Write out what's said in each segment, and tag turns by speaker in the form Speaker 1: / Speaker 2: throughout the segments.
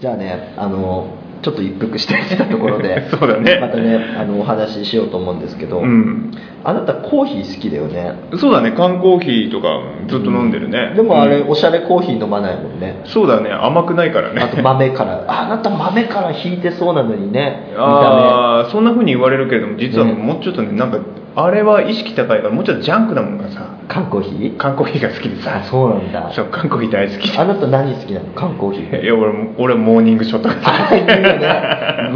Speaker 1: じゃあねあのちょっと一服してきたところで
Speaker 2: そうだね
Speaker 1: またねあのお話ししようと思うんですけど、
Speaker 2: うん
Speaker 1: あなたコーヒー好きだよね
Speaker 2: そうだね缶コーヒーとかずっと飲んでるね、
Speaker 1: でもあれ、
Speaker 2: うん
Speaker 1: おしゃれコーヒー飲まないもんね
Speaker 2: そうだね甘くないからね
Speaker 1: あと 豆からああなた豆から引いてそうなのにね見た
Speaker 2: ああそんな風に言われるけれども実は
Speaker 1: ね
Speaker 2: もうちょっとねなんかあれは意識高いからもうちょっとジャンクなものがさ
Speaker 1: 目缶コーヒー
Speaker 2: 缶コーヒーが好きでさ
Speaker 1: あそうなんだ
Speaker 2: そう缶コーヒー大好き
Speaker 1: あなた何好きなの缶コーヒー
Speaker 2: で いや俺俺モーニングショットが好
Speaker 1: あいいよね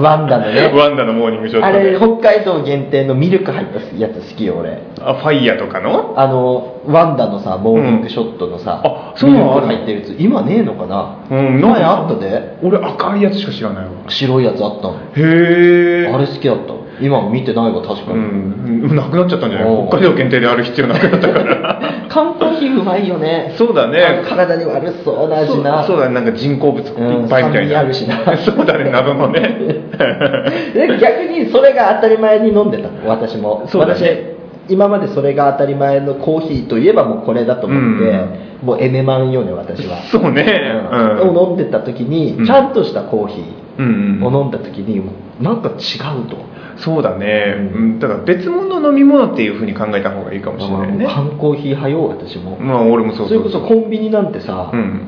Speaker 1: ワンダのね
Speaker 2: き ワンダのモーニングショッ
Speaker 1: あ
Speaker 2: ト
Speaker 1: れ
Speaker 2: で
Speaker 1: 北海道限定のミルク入ったやつ好きよ俺
Speaker 2: あファイヤーとかの
Speaker 1: あのワンダのさモーニングショットのさ、
Speaker 2: うんあそうなの
Speaker 1: ミルク入ってるやつ今ねえのかな、
Speaker 2: うんなんか
Speaker 1: 前あったで
Speaker 2: 俺赤いやつしか知らないわ
Speaker 1: 白いやつあったの
Speaker 2: へえ
Speaker 1: あれ好きだった今も見てないわ確か
Speaker 2: う
Speaker 1: に、
Speaker 2: んうんなくなっちゃったんじゃな
Speaker 1: お
Speaker 2: いう北海道限定である必要なくなったから
Speaker 1: 缶コーヒーうまいよね
Speaker 2: そうだ
Speaker 1: あの
Speaker 2: ね
Speaker 1: 体に悪そうな味な
Speaker 2: そうそうだねなんか人工物いっぱいみたいな、
Speaker 1: うん酸味あるしな
Speaker 2: そうだね謎のね
Speaker 1: で逆にそれが当たり前に飲んでたの私も
Speaker 2: そうだね
Speaker 1: 私今までそれが当たり前のコーヒーといえばもうこれだと思って、もうエメマンよね私は、
Speaker 2: そうねうん
Speaker 1: を飲んでた時に、
Speaker 2: うん
Speaker 1: ちゃんとしたコーヒ
Speaker 2: うんうん
Speaker 1: ーを飲んだ時に、なんか違うと
Speaker 2: そうだね、
Speaker 1: うん
Speaker 2: うん、だから別物の飲み物っていうふうに考えた方がいいかもしれないね
Speaker 1: だからもう缶コーヒー派よ私も、
Speaker 2: まあ俺もそ
Speaker 1: そ
Speaker 2: うそ
Speaker 1: れ
Speaker 2: う
Speaker 1: こそコンビニなんてさ、
Speaker 2: うん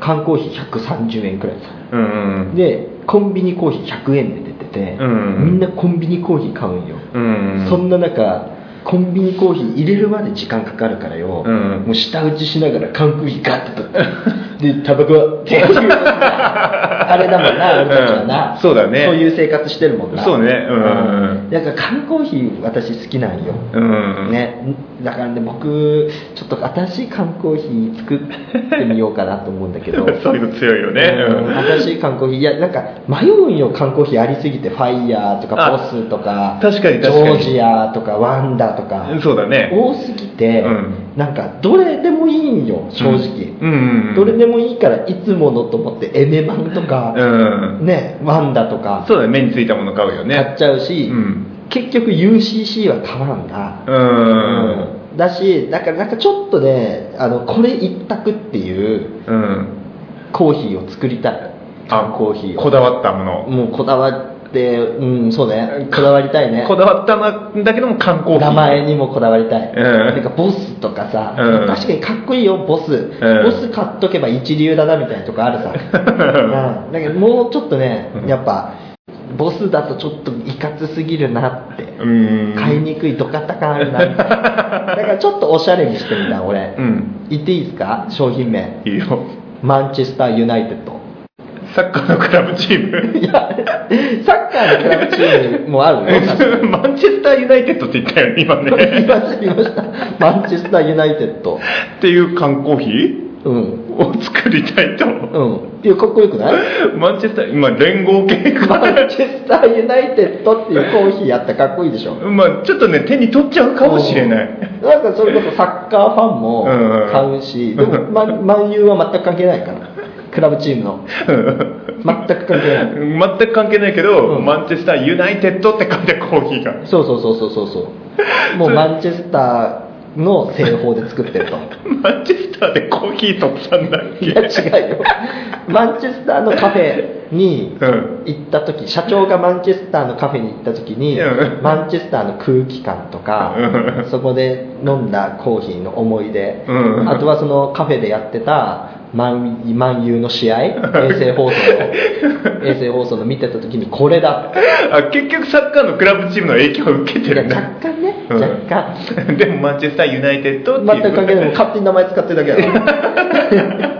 Speaker 1: 缶コーヒー130円くらいさ
Speaker 2: うんうん
Speaker 1: でコンビニコーヒー100円で出てて、
Speaker 2: うん
Speaker 1: みんなコンビニコーヒー買うんよ、
Speaker 2: うん
Speaker 1: そんな中コンビニコーヒー入れるまで時間かかるからよ、
Speaker 2: うん
Speaker 1: もう舌打ちしながら缶コーヒーガッと取ってでタバコは 全部あれだもんな俺たちはな、
Speaker 2: うんそうだね
Speaker 1: そういう生活してるもんな
Speaker 2: そうねうん
Speaker 1: だから缶コーヒー私好きなんよ、
Speaker 2: うん
Speaker 1: ね、だからね僕ちょっと新しい缶コーヒー作ってみようかなと思うんだけど
Speaker 2: そういうの強いよね
Speaker 1: うん新しい缶コーヒーいやなんか迷うんよ缶コーヒーありすぎてファイヤーとか
Speaker 2: あ
Speaker 1: ボスとか
Speaker 2: 確かに確かに
Speaker 1: ジョージアとかワンダとか
Speaker 2: うんそうだね
Speaker 1: 多すぎて、
Speaker 2: うん
Speaker 1: なんかどれでもいいんよ正直、
Speaker 2: うんうんうん
Speaker 1: どれでもいいからいつものと思ってエメマンとか
Speaker 2: う、ん
Speaker 1: ねワンダとか
Speaker 2: そうだね目についたもの買うよ
Speaker 1: 買
Speaker 2: ね
Speaker 1: っちゃうし、
Speaker 2: うん
Speaker 1: 結局 UCC は買わんな
Speaker 2: う、ん
Speaker 1: うんだしだからなんかちょっとねあのこれ一択っていう
Speaker 2: うん
Speaker 1: コーヒーを作りたい缶コーヒーを
Speaker 2: こだわったもの
Speaker 1: もうこだわって、うん、そうね、こだわりたいね。
Speaker 2: こだわったんだけども缶コーヒー
Speaker 1: 名前にもこだわりたい。
Speaker 2: ん
Speaker 1: なんかボスとかさ、
Speaker 2: うん
Speaker 1: 確かにかっこいいよ、ボス。ボス買っとけば一流だなみたいなとこあるさ。 うん、だけどもうちょっとね
Speaker 2: う、ん
Speaker 1: やっぱ、ボスだとちょっといかつすぎるなって。
Speaker 2: うん
Speaker 1: 買いにくいドカタカある なみたいな。だからちょっとおしゃれにしてみた、俺。
Speaker 2: うん
Speaker 1: 言っていいですか商品名。
Speaker 2: いいよ
Speaker 1: マンチェスターユナイテッド。
Speaker 2: サッカーのクラブチーム
Speaker 1: いや、サッカーのクラブチームもあるよ。
Speaker 2: マンチェスターユナイテッドって言ったよね、今
Speaker 1: 言い
Speaker 2: ね。
Speaker 1: ました言いましたマンチェスターユナイテッド
Speaker 2: っていう缶コーヒー
Speaker 1: うん
Speaker 2: を作りたいと。
Speaker 1: うんいやかっこよくない
Speaker 2: マンチェスター、今、連合系
Speaker 1: マ
Speaker 2: か。
Speaker 1: ンチェスターユナイテッドっていうコーヒーやったらかっこいいでしょ
Speaker 2: まあちょっとね、手に取っちゃうかもしれない。
Speaker 1: うんなんかそれこそサッカーファンも
Speaker 2: うんうん
Speaker 1: 買うし、でも、ま、万有は全く関係ないからクラブチームの
Speaker 2: うん
Speaker 1: 全く関係ない
Speaker 2: 全く関係ないけど、
Speaker 1: うん
Speaker 2: マンチェスターユナイテッドって書いてあるコーヒーが。
Speaker 1: そうそうそうそうそうそう もうマンチェスターの製法で作ってると
Speaker 2: マンチェスターでコーヒー取ったんだっ
Speaker 1: い
Speaker 2: け
Speaker 1: や違うよマンチェスターのカフェに
Speaker 2: うん。
Speaker 1: 行った時社長がマンチェスターのカフェに行った時に
Speaker 2: うん
Speaker 1: マンチェスターの空気感とか
Speaker 2: う
Speaker 1: そこで飲んだコーヒーの思い出
Speaker 2: うん
Speaker 1: あとはそのカフェでやってた万万有の試合衛星 放送の衛星放送の見てた時にこれだ
Speaker 2: あ結局サッカーのクラブチームの影響を受け
Speaker 1: い
Speaker 2: て
Speaker 1: や
Speaker 2: るん
Speaker 1: 若
Speaker 2: だ。
Speaker 1: 干ね
Speaker 2: うん
Speaker 1: 若干
Speaker 2: でもマンチェスターユナイテッドってい
Speaker 1: 全く
Speaker 2: う。
Speaker 1: 関係ないもう勝手に名前使ってるだけだから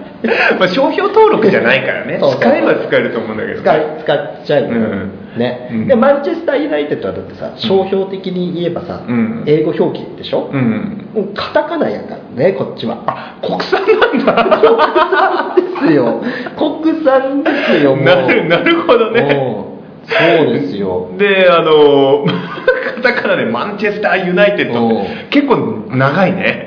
Speaker 2: まあ、商標登録じゃないからね
Speaker 1: そうそう
Speaker 2: 使えば使えると思うんだけど、ね、
Speaker 1: 使い使っちゃうよ
Speaker 2: うん
Speaker 1: ね
Speaker 2: うん
Speaker 1: でマンチェスターユナイテッドはだってさ商標的に言えばさ
Speaker 2: うん
Speaker 1: 英語表記でしょ
Speaker 2: うん
Speaker 1: もうカタカナやからねこっちは
Speaker 2: あ国産なん
Speaker 1: で
Speaker 2: だ
Speaker 1: すよ 国産ですよもう
Speaker 2: なるなるほどね
Speaker 1: もうそうですよ
Speaker 2: であ のカタカナでマンチェスターユナイテッドっ
Speaker 1: おう
Speaker 2: て結構長いね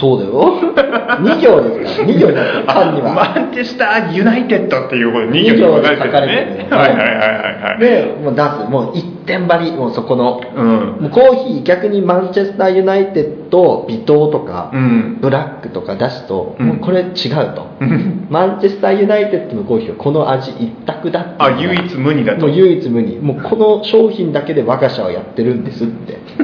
Speaker 1: そうだよ2行ですから2行になってる缶には、
Speaker 2: マンチェスターユナイテッドっていうこと2行に分かれてる
Speaker 1: 二行に
Speaker 2: ね
Speaker 1: 分か
Speaker 2: は
Speaker 1: れて
Speaker 2: いは
Speaker 1: る
Speaker 2: いはいはいはい
Speaker 1: でもう出すもう一点張りもうそこの
Speaker 2: うん
Speaker 1: もうコーヒー逆にマンチェスターユナイテッド微糖とか、
Speaker 2: うん
Speaker 1: ブラックとか出すと、
Speaker 2: うん
Speaker 1: もうこれ違うと、
Speaker 2: うん
Speaker 1: マンチェスターユナイテッドのコーヒーはこの味一択だって
Speaker 2: あ唯一無二だ
Speaker 1: も
Speaker 2: と
Speaker 1: う唯一無二もうこの商品だけで我が社はやってるんですって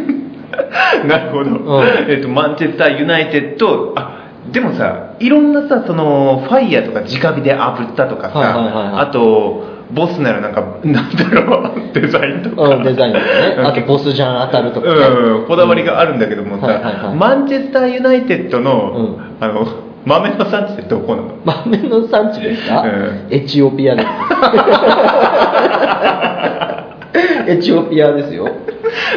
Speaker 2: なるほど、
Speaker 1: うん
Speaker 2: えっとマンチェスターユナイテッドあでもさいろんなさそのファイヤーとか直火で炙ったとかさ、
Speaker 1: はいはいはいはい
Speaker 2: あとボスならなんか なんだろうデザインとか、
Speaker 1: うんデザインとかねあとボスジャン当たるとかね、
Speaker 2: うん、こだわりがあるんだけどもさ、
Speaker 1: はいはいはい
Speaker 2: マンチェスターユナイテッドの,、
Speaker 1: う
Speaker 2: あの豆の産地ってどこなの
Speaker 1: 豆の産地ですか、
Speaker 2: うん
Speaker 1: エチオピ アですエチオピアですよ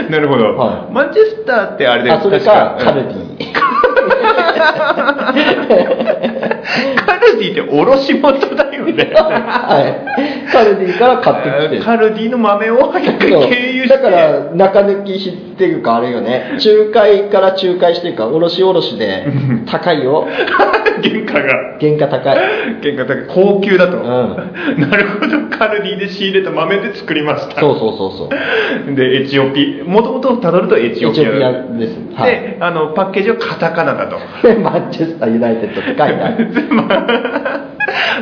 Speaker 2: なるほど、
Speaker 1: は
Speaker 2: マンチェスターってあれだよ
Speaker 1: あそれか
Speaker 2: 確
Speaker 1: カルデ
Speaker 2: うん
Speaker 1: ィ
Speaker 2: カルディって卸元だよね
Speaker 1: はいカルディから 買ってきてる
Speaker 2: カルディの豆を早く経
Speaker 1: そう
Speaker 2: 由して
Speaker 1: だから中抜きしていうかあれよね仲介から仲介していうか卸卸で
Speaker 2: うん
Speaker 1: 高いよ
Speaker 2: 原価が
Speaker 1: 原価高い
Speaker 2: 原価高高級だと、
Speaker 1: う
Speaker 2: なるほどカルディで仕入れた豆で作りました
Speaker 1: そうそうそうそう
Speaker 2: でエチオピもともとたどるとエチオピア
Speaker 1: エチオピアですはい
Speaker 2: であのパッケージはカタカナだと
Speaker 1: でマンチェスターユナイテッドって書いてある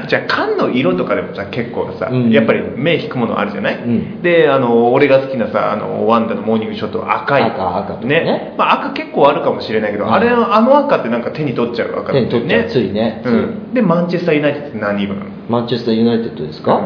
Speaker 2: じゃあ缶の色とかでもさ結構さ、
Speaker 1: うん
Speaker 2: やっぱり目引くものあるじゃない、
Speaker 1: うん
Speaker 2: であの俺が好きなさあのワンダのモーニングショットは赤い
Speaker 1: 赤赤とかね
Speaker 2: まあ、赤結構あるかもしれないけど、
Speaker 1: うん
Speaker 2: あれあの赤ってなんか手に取っちゃう赤だ
Speaker 1: 手
Speaker 2: よ
Speaker 1: に取っちゃうついね、
Speaker 2: うん、でマンチェスター・ユナイテッドって何色なの
Speaker 1: マンチェスターユナイテッドですか、
Speaker 2: うん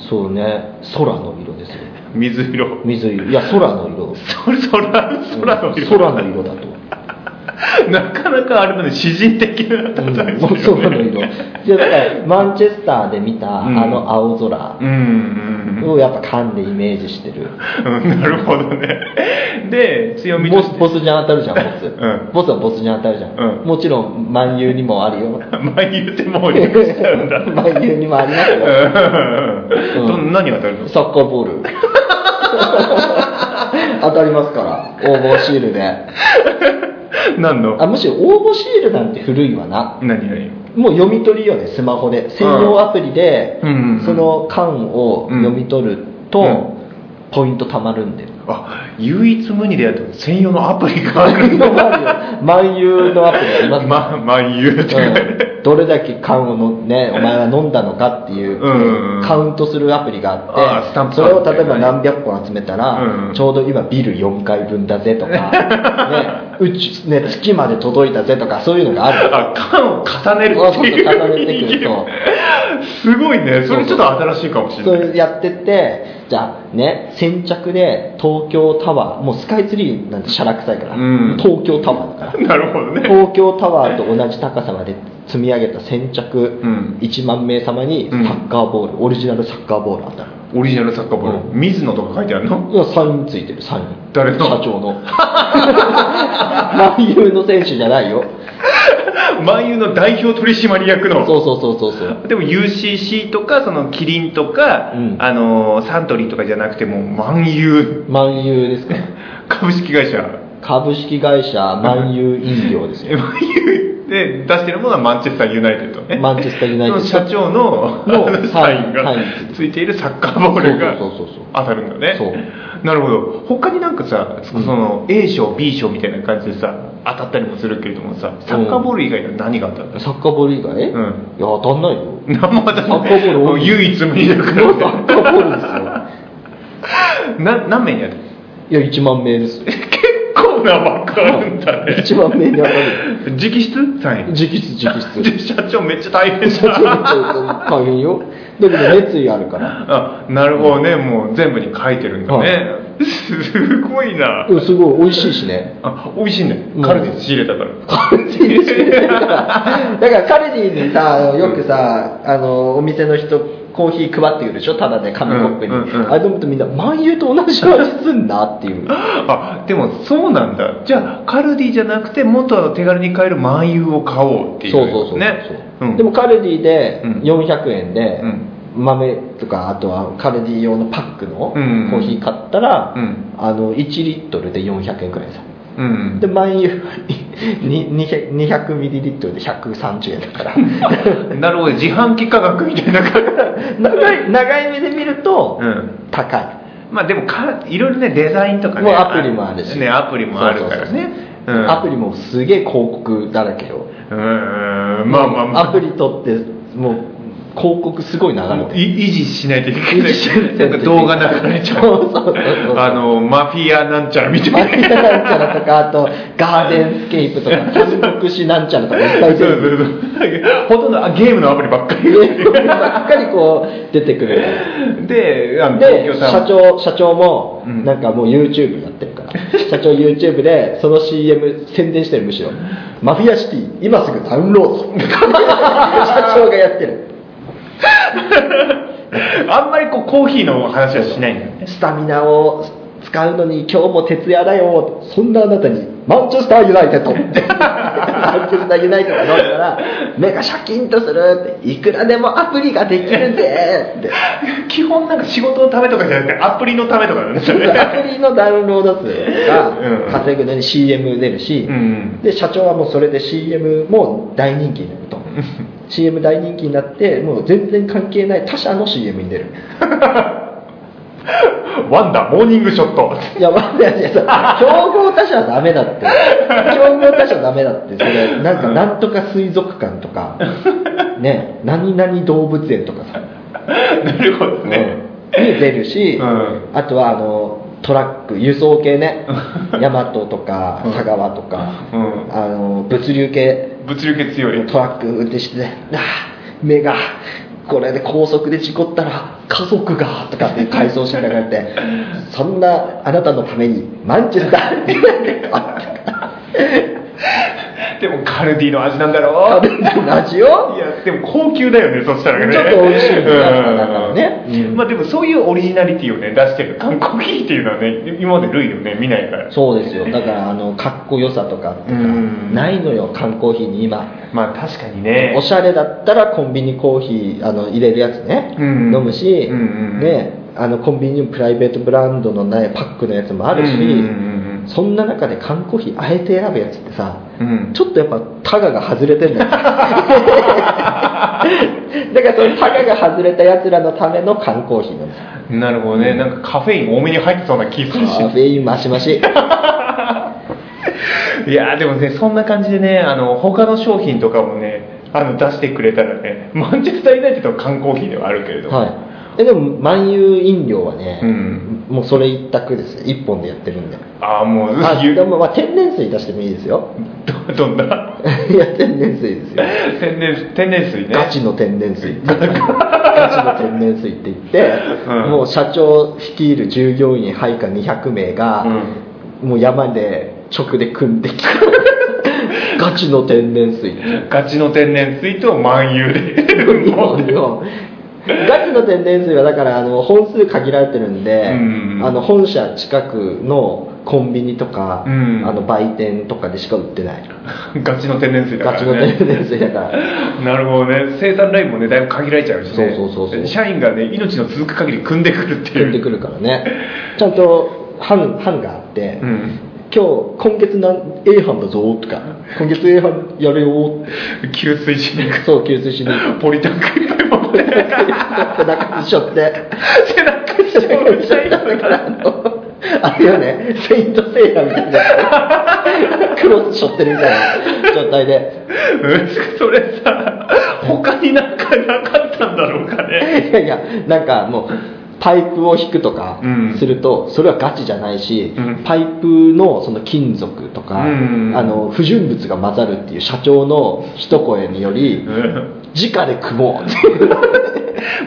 Speaker 1: そうね空の色ですよ
Speaker 2: 水色
Speaker 1: 水色いや空の色
Speaker 2: そ空空の色、
Speaker 1: 空の色 だと、
Speaker 2: なかなかあれだね詩人的な
Speaker 1: うん、
Speaker 2: 題
Speaker 1: もう
Speaker 2: ですよね
Speaker 1: 空の色じゃあだからマンチェスターで見た
Speaker 2: うん
Speaker 1: あの青空
Speaker 2: うんうん
Speaker 1: をやっぱ缶でイメージしてる、
Speaker 2: うん、うん、なるほどねで強みと
Speaker 1: ボ
Speaker 2: し
Speaker 1: ス
Speaker 2: て
Speaker 1: ボスジャン当たるじゃんボス、
Speaker 2: うん
Speaker 1: ボスはボスジャン当たるじゃん、
Speaker 2: うん
Speaker 1: もちろん万有にもあるよ
Speaker 2: 前言ってもう略しちゃうんだうん
Speaker 1: 万有にもありますようん
Speaker 2: どん何当たるの
Speaker 1: サッカーボー ル当たりますから応募シールで
Speaker 2: 何の
Speaker 1: あむしろ応募シールなんて古いわな
Speaker 2: 何何
Speaker 1: もう読み取りよねスマホで専用アプリで、
Speaker 2: うんうんうん
Speaker 1: その缶を読み取ると、
Speaker 2: うん
Speaker 1: ポイント貯まるんで
Speaker 2: あ唯一無二でやると専用のアプリがあるの
Speaker 1: 万有のアプリあります
Speaker 2: ま万有とかね
Speaker 1: うんどれだけ缶をの、ね、お前は飲んだのかっていう、
Speaker 2: うん
Speaker 1: カウントするアプリがあ
Speaker 2: あ
Speaker 1: っ
Speaker 2: ー
Speaker 1: て
Speaker 2: スタンプ
Speaker 1: それを
Speaker 2: カード
Speaker 1: 例え
Speaker 2: みた
Speaker 1: ば
Speaker 2: いな
Speaker 1: 何百個集めたら、
Speaker 2: うん
Speaker 1: ちょうど今ビル4階分だぜと か、ね宇宙ね、月まで届いたぜとかそういうのがある
Speaker 2: あ缶を重ねるっていう
Speaker 1: そうそう重ねてくると
Speaker 2: すごいねそれちょっと新しいかもしれ
Speaker 1: そ
Speaker 2: ない
Speaker 1: れやっててじゃあね先着で東京タワーもうスカイツリーなんてしゃらくさいから、
Speaker 2: うん
Speaker 1: 東京タワーだから
Speaker 2: なるほどね
Speaker 1: 東京タワーと同じ高さまで積み上げた先着
Speaker 2: うん
Speaker 1: 1万名様にサ
Speaker 2: うん
Speaker 1: ッカーボール、オリジナルサッカーボール当たる
Speaker 2: オリジナルサッカーボール、水野とか書いてあるの
Speaker 1: いや3人ついてる3人
Speaker 2: 誰の
Speaker 1: 社長の 万有の選手じゃないよ
Speaker 2: 万有の代表取締役
Speaker 1: そう
Speaker 2: の
Speaker 1: そうそうそうそう
Speaker 2: でも UCC とかそのキリンとか、
Speaker 1: うん
Speaker 2: あのーサントリーとかじゃなくてもう万有
Speaker 1: 万有ですか
Speaker 2: 株式会社
Speaker 1: 株式会社万有飲料 ですよ
Speaker 2: 万有で出してるものはマンチェスターユナイテッドね
Speaker 1: マンチェスターユナイテッド
Speaker 2: その社長の
Speaker 1: の
Speaker 2: あのサインが
Speaker 1: サイン
Speaker 2: ついているサッカーボールが
Speaker 1: そうそうそうそう
Speaker 2: 当たるんだね
Speaker 1: そう
Speaker 2: なるほど他になんかさその A 賞 B 賞みたいな感じでさ当たったりもするけれどもさサッカーボール以外の何が当たったの
Speaker 1: サッカーボール以外、
Speaker 2: う
Speaker 1: いや当たんないよ
Speaker 2: 何も当
Speaker 1: サ
Speaker 2: た
Speaker 1: ッカーボール多い
Speaker 2: 唯一無二だか
Speaker 1: サッ
Speaker 2: ら
Speaker 1: カーボールで
Speaker 2: な何名に当たる
Speaker 1: すよいや1万名です
Speaker 2: 結構な枠あるんだね
Speaker 1: 1万名に当たる
Speaker 2: 直筆サイン
Speaker 1: 直筆直筆
Speaker 2: で社長めっちゃ大変
Speaker 1: 社長
Speaker 2: だ
Speaker 1: の大変よだけど熱意あるから
Speaker 2: あなるほどね、もう全部に書いてるんだね、すごいな、
Speaker 1: うんすごい美味しいしね
Speaker 2: あ美味しいね
Speaker 1: うん
Speaker 2: カルディで仕入れたから、
Speaker 1: カルディにだからカルディにさよくさあのお店の人コーヒー配ってくるでしょただね紙コップに、
Speaker 2: うんうんうん
Speaker 1: あれ飲むとみんな万有と同じ味すんなっていう
Speaker 2: あでもそうなんだじゃあカルディじゃなくてもっとあの手軽に買える万有を買おうっていう
Speaker 1: そうそうそうそう、
Speaker 2: ねん、
Speaker 1: でもカルディで
Speaker 2: うん
Speaker 1: 400円で
Speaker 2: うん
Speaker 1: 豆とかあとはカルディ用のパックのコ
Speaker 2: うん
Speaker 1: ーヒー買ったら、
Speaker 2: うん
Speaker 1: あの1リットルで400円くらいさ
Speaker 2: ううん
Speaker 1: で毎湯に200 200ミリリットルで130円だから
Speaker 2: なるほど自販機価格みたいな 感
Speaker 1: 長い長い目で見ると
Speaker 2: じ、うん、
Speaker 1: 高い、
Speaker 2: まあでもかいろいろねデザインとかね
Speaker 1: もうアプリもあるし
Speaker 2: ねアプリもあるからね
Speaker 1: そうそうそう
Speaker 2: うん
Speaker 1: アプリもすげえ広告だらけよ
Speaker 2: うんうんまあまあまあ
Speaker 1: アプリ取ってもう広告すごい流れてる
Speaker 2: い維持しないといけない
Speaker 1: 維持しないといけない
Speaker 2: なんか動画流れちゃう
Speaker 1: そうそうそうそう
Speaker 2: あのマフィアなんちゃらみたい
Speaker 1: マ
Speaker 2: な
Speaker 1: フィアなんちゃらとかあとガーデンスケープとか 三国志なんちゃらとかいっぱい
Speaker 2: そ
Speaker 1: 出て
Speaker 2: うそう
Speaker 1: くる
Speaker 2: そうほとんどあゲームのアプリばっかり
Speaker 1: でばっかりこう出てくる
Speaker 2: であの
Speaker 1: で
Speaker 2: 東京タ
Speaker 1: 社
Speaker 2: ワー
Speaker 1: 長社長も
Speaker 2: うん
Speaker 1: なんかもう YouTube やってるから社長 YouTube でその CM 宣伝してるむしろマフィアシティ今すぐダウンロー ド社長がやってる
Speaker 2: あんまりこうコーヒーの話はしないんだよね
Speaker 1: スタミナを使うのに今日も徹夜だよそんなあなたにマンチェスターユナイテッドマンチェスターユナイテッド飲んだら目がシャキンとするっていくらでもアプリができるぜって
Speaker 2: 基本なんか仕事のためとかじゃなくてアプリのためとかなんですよね
Speaker 1: アプリのダウンロード数
Speaker 2: うん
Speaker 1: が稼ぐのに CM 出るし、
Speaker 2: うん
Speaker 1: で社長はもうそれで CM も大人気になると CM 大人気になってもう全然関係ない他社の CM に出る
Speaker 2: ワンダモーニングショット
Speaker 1: いや、まあ、いやいや、そう競合他社はダメだって。競合他社はダメだって。それ、なんか、
Speaker 2: うん
Speaker 1: なんとか水族館とか、ね、何々動物園とかさ、
Speaker 2: なるほど
Speaker 1: うん
Speaker 2: ね、
Speaker 1: に出るし、
Speaker 2: うん
Speaker 1: あとは、あの、トラック、輸送系 ね、ヤマトとか
Speaker 2: うん、
Speaker 1: 佐川とか、
Speaker 2: うん
Speaker 1: あの、物流系、
Speaker 2: 物流系強い
Speaker 1: トラック運転してて、あー目が、これで高速で事故ったら家族がとかって回想しながらやって、そんなあなたのためにマンチェスターって
Speaker 2: でもカルディの味なんだろう
Speaker 1: ラジオ
Speaker 2: いやでも高級だよねそしたらね
Speaker 1: ちょっと美味しい
Speaker 2: うん
Speaker 1: だからねうん
Speaker 2: まあでもそういうオリジナリティをね出してる韓国ヒーっていうのはね今まで類をね見ないから
Speaker 1: そうですよ。だから、あの、かっこよさとかってさ
Speaker 2: うん
Speaker 1: ないのよ、缶コーヒーに今。
Speaker 2: まあ確かにね
Speaker 1: おしゃれだったらコンビニコーヒー、あの、入れるやつね、
Speaker 2: うん
Speaker 1: 飲むし、
Speaker 2: うんうんうん
Speaker 1: ね、あの、コンビニのプライベートブランドのないパックのやつもあるし、
Speaker 2: うんうん
Speaker 1: そんな中で缶コーヒーあえて選ぶやつってさ、
Speaker 2: うんうん
Speaker 1: ちょっとやっぱタガが外れてるん だよだからそのタガが外れたやつらのための缶コーヒーなんですよ
Speaker 2: うんなるほどねなんかカフェイン多めに入ってそうな気するし
Speaker 1: カフェインマシマシ
Speaker 2: いやーでもねそんな感じでねあの他の商品とかもねあの出してくれたらねマンチェスター・ユナイテッドの缶コーヒーではあるけれども、
Speaker 1: はいえでも万有飲料はね、
Speaker 2: うん
Speaker 1: もうそれ一択ですよ一本でやって るんで
Speaker 2: ああもう
Speaker 1: あ
Speaker 2: ゆ
Speaker 1: でもまあ天然水出してもいいです よ
Speaker 2: どどんない
Speaker 1: や天然水ですよ
Speaker 2: 天然天然水ね
Speaker 1: ガチの天然水って言 ってガチの天然水って言って、
Speaker 2: うん
Speaker 1: もう社長率いる従業員配下200名が、もう山で直で組んでき てガチの天然水
Speaker 2: ガチの天然水と万 有で
Speaker 1: 日本のガチの天然水はだからあの本数限られてるんで、
Speaker 2: うん
Speaker 1: あの本社近くのコンビニとか、
Speaker 2: うん
Speaker 1: あの売店とかでしか売ってない、
Speaker 2: ガチの天然水だか
Speaker 1: ガチの
Speaker 2: らね
Speaker 1: 天然水だから
Speaker 2: なるほどね生産ラインもねだいぶ限られちゃうしね
Speaker 1: そうそうそうそう
Speaker 2: 社員がね命の続く限り組んでくるってい
Speaker 1: 飛
Speaker 2: う
Speaker 1: んでくるからねちゃんと班班があって、
Speaker 2: うん
Speaker 1: 今日今月なん A 班だぞとか今月 A 班やるよって
Speaker 2: 給水しに行く
Speaker 1: そう給水しに行く
Speaker 2: ポリタンクいっぱい持って
Speaker 1: 背中しちゃって
Speaker 2: 背中にし
Speaker 1: だ
Speaker 2: ょう社員だか
Speaker 1: かららあのあれよねセイントセイヤみたいなクロスしょってるみたいな状態で
Speaker 2: うんそれさ他になんかなかったんだろうかね
Speaker 1: いやいやなんかもうパイプを引くとか
Speaker 2: うん
Speaker 1: すると、それはガチじゃないし、
Speaker 2: うん
Speaker 1: パイプのその金属とか、
Speaker 2: うん
Speaker 1: あの不純物が混ざるっていう社長の一声により
Speaker 2: うん
Speaker 1: 直で組もうって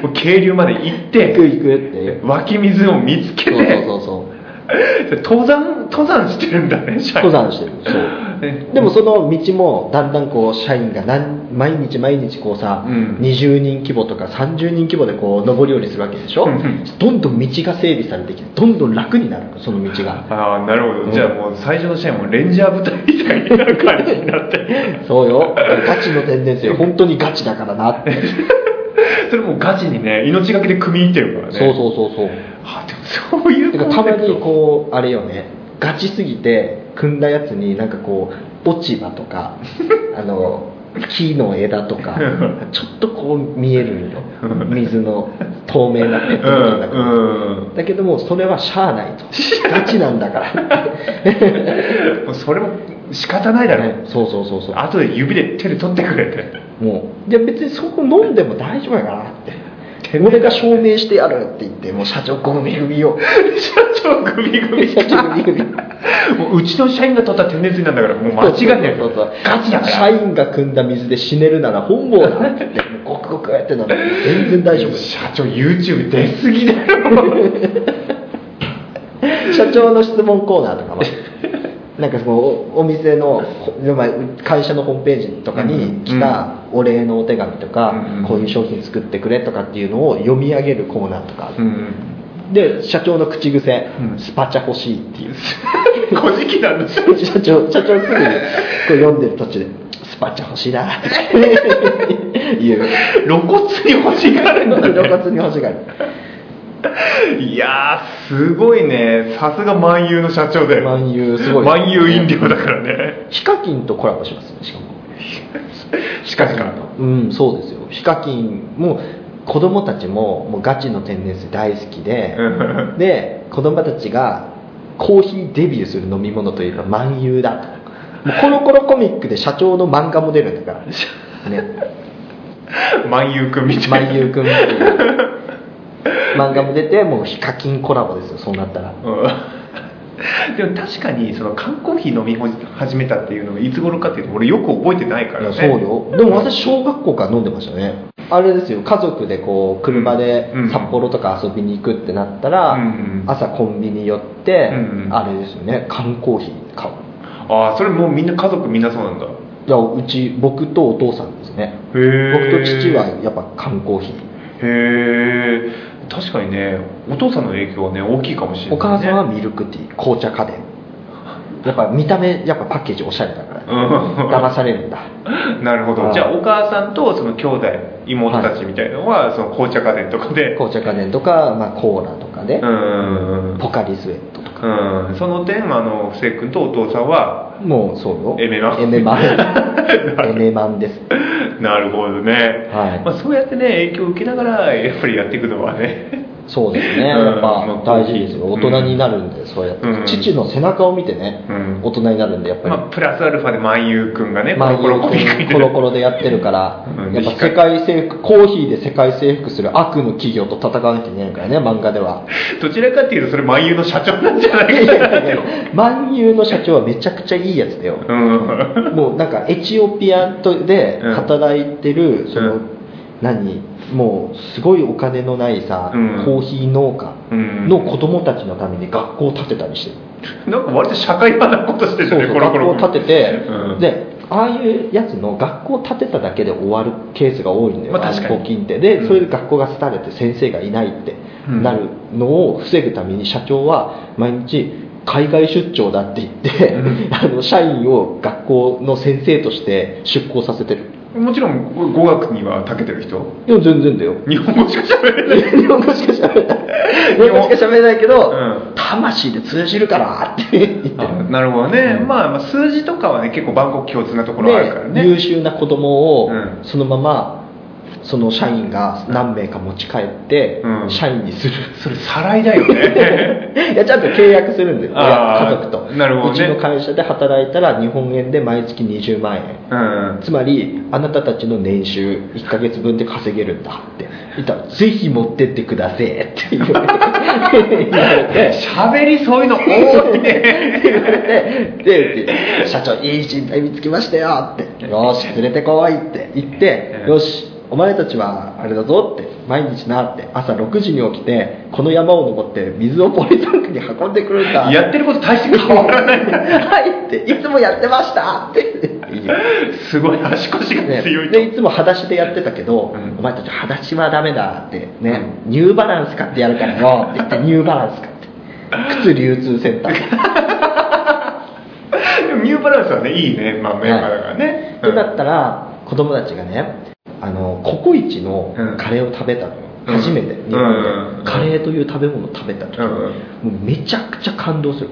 Speaker 2: もう渓流まで行って
Speaker 1: 行く行くっていう
Speaker 2: 湧き水を見つけて
Speaker 1: そうそうそう そう
Speaker 2: 登山登山してるんだね社員
Speaker 1: 登山してるそう
Speaker 2: ね
Speaker 1: でもその道もだんだんこう社員が何毎日毎日こうさ、
Speaker 2: うん
Speaker 1: 20人規模とか30人規模でこう上り下りするわけでしょ、
Speaker 2: うんうん
Speaker 1: どんどん道が整備されてきてどんどん楽になるその道が
Speaker 2: ああなるほど、
Speaker 1: うん
Speaker 2: じゃあもう最初の試合もレンジャー部隊みたいな感じになって
Speaker 1: そうよガチの天然水本当にガチだからなって、
Speaker 2: それもうガチにね命がけで組み入ってるからね
Speaker 1: そうそうそうそう
Speaker 2: あでもそういう
Speaker 1: てか
Speaker 2: コン
Speaker 1: た
Speaker 2: セ
Speaker 1: ま
Speaker 2: プ
Speaker 1: に
Speaker 2: ト
Speaker 1: こうあれよねガチすぎて組んだやつになんかこう落ち葉と かあの木の枝とかちょっとこう見えるんよ水の透明なペットボトルだから、
Speaker 2: うん
Speaker 1: だけどもそれはしゃあないとガチなんだ から
Speaker 2: もうそれも仕方ないだろ、
Speaker 1: ねそうそうそうそう
Speaker 2: 後で指で手で取ってくれって
Speaker 1: もういや別にそこ飲んでも大丈夫やからって俺が証明してやるって言ってもう社長ごめ組を
Speaker 2: 社長グビ グビ
Speaker 1: 社長ごめ組
Speaker 2: もううちの社員が取った天然水なんだからもう間違いない
Speaker 1: そうそうそう
Speaker 2: ガチだから
Speaker 1: 社員が汲んだ水で死ねるなら本望だって言ってもうゴクゴクやって飲んで全然大丈夫
Speaker 2: 社長 YouTube 出すぎだよ
Speaker 1: 社長の質問コーナーと かもなんかそのおお店のほまあ会社のホームページとかに来たお礼のお手紙とか、
Speaker 2: うんうん
Speaker 1: こういう商品作ってくれとかっていうのを読み上げるコーナーとか、
Speaker 2: うん
Speaker 1: で社長の口癖、
Speaker 2: うん
Speaker 1: スパチャ欲しいっていう
Speaker 2: 小じきなんで す
Speaker 1: 社長社長すぐにこう読んでる途中でスパチャ欲しい なって言う
Speaker 2: 露骨に欲しがるんだ、ね、
Speaker 1: 露骨に欲しがる
Speaker 2: いやーすごいねさすが万有の社長だよ
Speaker 1: 万有すごい
Speaker 2: 万有飲料だからね
Speaker 1: ヒカキンとコラボしますねしかも
Speaker 2: しかしかの
Speaker 1: うんそうですよヒカキンも子供たちももうガチの天然水大好きで、で子供たちがコーヒーデビューする飲み物といえば漫遊だともうコロコロコミックで社長の漫画も出るんだからね
Speaker 2: 万有君みたいな
Speaker 1: 漫遊くんみたいな漫画も出てもうヒカキンコラボですよそうなったら
Speaker 2: うん でも確かにその缶コーヒー飲み始めたっていうのがいつ頃かっていうと俺よく覚えてないか
Speaker 1: いや
Speaker 2: らね
Speaker 1: そうよでも私小学校から飲んでましたねあれですよ家族でこう車で
Speaker 2: うん
Speaker 1: 札幌とか遊びに行くってなったら、
Speaker 2: うんうん
Speaker 1: 朝コンビニ寄って、
Speaker 2: うんうん
Speaker 1: あれですよね缶コーヒー買う
Speaker 2: ああそれもうみんな家族みんなそうなんだ
Speaker 1: だ
Speaker 2: へ
Speaker 1: からうち僕とお父さんですね僕
Speaker 2: え
Speaker 1: と父はやっぱ缶コーヒー
Speaker 2: へえ確かにねお父さんの影響はね大きいかもしれない、ね、
Speaker 1: お母さんはミルクティー紅茶家電やっぱ見た目やっぱパッケージおしゃれだから
Speaker 2: うん
Speaker 1: 騙されるんだ
Speaker 2: なるほ
Speaker 1: は
Speaker 2: ど
Speaker 1: い
Speaker 2: じゃあお母さんとその兄弟妹たちみたいのは、その紅茶家電とかで
Speaker 1: 紅茶家電とか、まあ、コーラとかで、
Speaker 2: うん
Speaker 1: ポカリスエットとか
Speaker 2: うんその点あの布施君とお父さんは
Speaker 1: もうそうよ
Speaker 2: エメマン
Speaker 1: エメマ ンエメマンです
Speaker 2: なるほどね、
Speaker 1: はい
Speaker 2: まあ、そうやってね影響を受けながらやっぱりやっていくのはね
Speaker 1: そうですね、
Speaker 2: うん
Speaker 1: やっぱ
Speaker 2: まあ
Speaker 1: 大事ですよ、
Speaker 2: う
Speaker 1: 大
Speaker 2: ん
Speaker 1: 人になるんで、そうやって、
Speaker 2: うん
Speaker 1: 父の背中を見てね、
Speaker 2: うん
Speaker 1: 大人になるんで、やっぱり、
Speaker 2: まあプラスアルファで万有君がねコ
Speaker 1: まあ
Speaker 2: ロコロコミックに
Speaker 1: コロコロでやってるから、
Speaker 2: うん
Speaker 1: やっぱ世界征服、コーヒーで世界征服する悪の企業と戦わなきゃいけないからね、漫画で は。
Speaker 2: どちらかっていうとそれ万有の社長なんじゃない
Speaker 1: や
Speaker 2: い
Speaker 1: い
Speaker 2: かなっ
Speaker 1: やい
Speaker 2: て
Speaker 1: や万有の社長はめちゃくちゃいいやつだよ、
Speaker 2: うん
Speaker 1: もうなんかエチオピアとで働いてる、その、
Speaker 2: うん
Speaker 1: 何、もうすごいお金のないさ、
Speaker 2: うん
Speaker 1: コーヒー農家
Speaker 2: うん
Speaker 1: の子供たちのために学校を建てたりしてる。
Speaker 2: なんか割と社会派なことしてる
Speaker 1: そう
Speaker 2: ね
Speaker 1: そう
Speaker 2: コロコ
Speaker 1: 学校
Speaker 2: ロ
Speaker 1: を建てて、
Speaker 2: うん
Speaker 1: でああいうやつの学校を建てただけで終わるケースが多いんだよ、
Speaker 2: まあ確かに
Speaker 1: 暗号金ってで、
Speaker 2: うん
Speaker 1: それで学校が廃れて先生がいないって
Speaker 2: うん
Speaker 1: なるのを防ぐために社長は毎日海外出張だって言って、
Speaker 2: う
Speaker 1: あの社員を学校の先生として出向させてる
Speaker 2: もちろん語学には長けてる人
Speaker 1: いや全然だよ
Speaker 2: 日本語しか喋れない
Speaker 1: 日本語しか喋れない日本語しか喋れないけど、
Speaker 2: う
Speaker 1: 魂で通じるからって言ってる
Speaker 2: あなるほどね、
Speaker 1: うん
Speaker 2: まあ、まあ数字とかはね結構万国共通なところあるから
Speaker 1: で優
Speaker 2: ね
Speaker 1: 秀な子供を
Speaker 2: うん
Speaker 1: そのままその社員が何名か持ち帰って
Speaker 2: うん
Speaker 1: 社員にする、
Speaker 2: それ再来だよね
Speaker 1: いやちゃんと契約するんですよ
Speaker 2: あー
Speaker 1: 家族と
Speaker 2: なるほど
Speaker 1: う
Speaker 2: ね
Speaker 1: ちの会社で働いたら日本円で毎月20万円
Speaker 2: うん
Speaker 1: つまりあなたたちの年収1ヶ月分で稼げるんだって言ったらぜひ持ってってくださいって言われて言われて
Speaker 2: 喋りそういうの多いね
Speaker 1: 言われてで社長いい人材見つけましたよってよし連れてこいって言って
Speaker 2: うん
Speaker 1: よしお前たちはあれだぞって毎日なって朝6時に起きてこの山を登って水をポリタンクに運んでくるんだ
Speaker 2: やってること大して変わらないんだ
Speaker 1: はいっていつもやってましたっていいよ
Speaker 2: すごい足腰が
Speaker 1: ね
Speaker 2: 強いと、
Speaker 1: でいつも裸足でやってたけど、
Speaker 2: うん
Speaker 1: お前たち裸足はダメだってね、ニューバランス買ってやるからよって言ってニューバランス買って靴流通センター
Speaker 2: でもニューバランスはねいいね、まあ、メンバーだからね、
Speaker 1: でだったら子供たちがねあのココイチのカレーを食べたのよ、
Speaker 2: うん
Speaker 1: 初めて
Speaker 2: うん
Speaker 1: 日本で、
Speaker 2: うん
Speaker 1: カレーという食べ物を食べた時、
Speaker 2: うん
Speaker 1: もうめちゃくちゃ感動する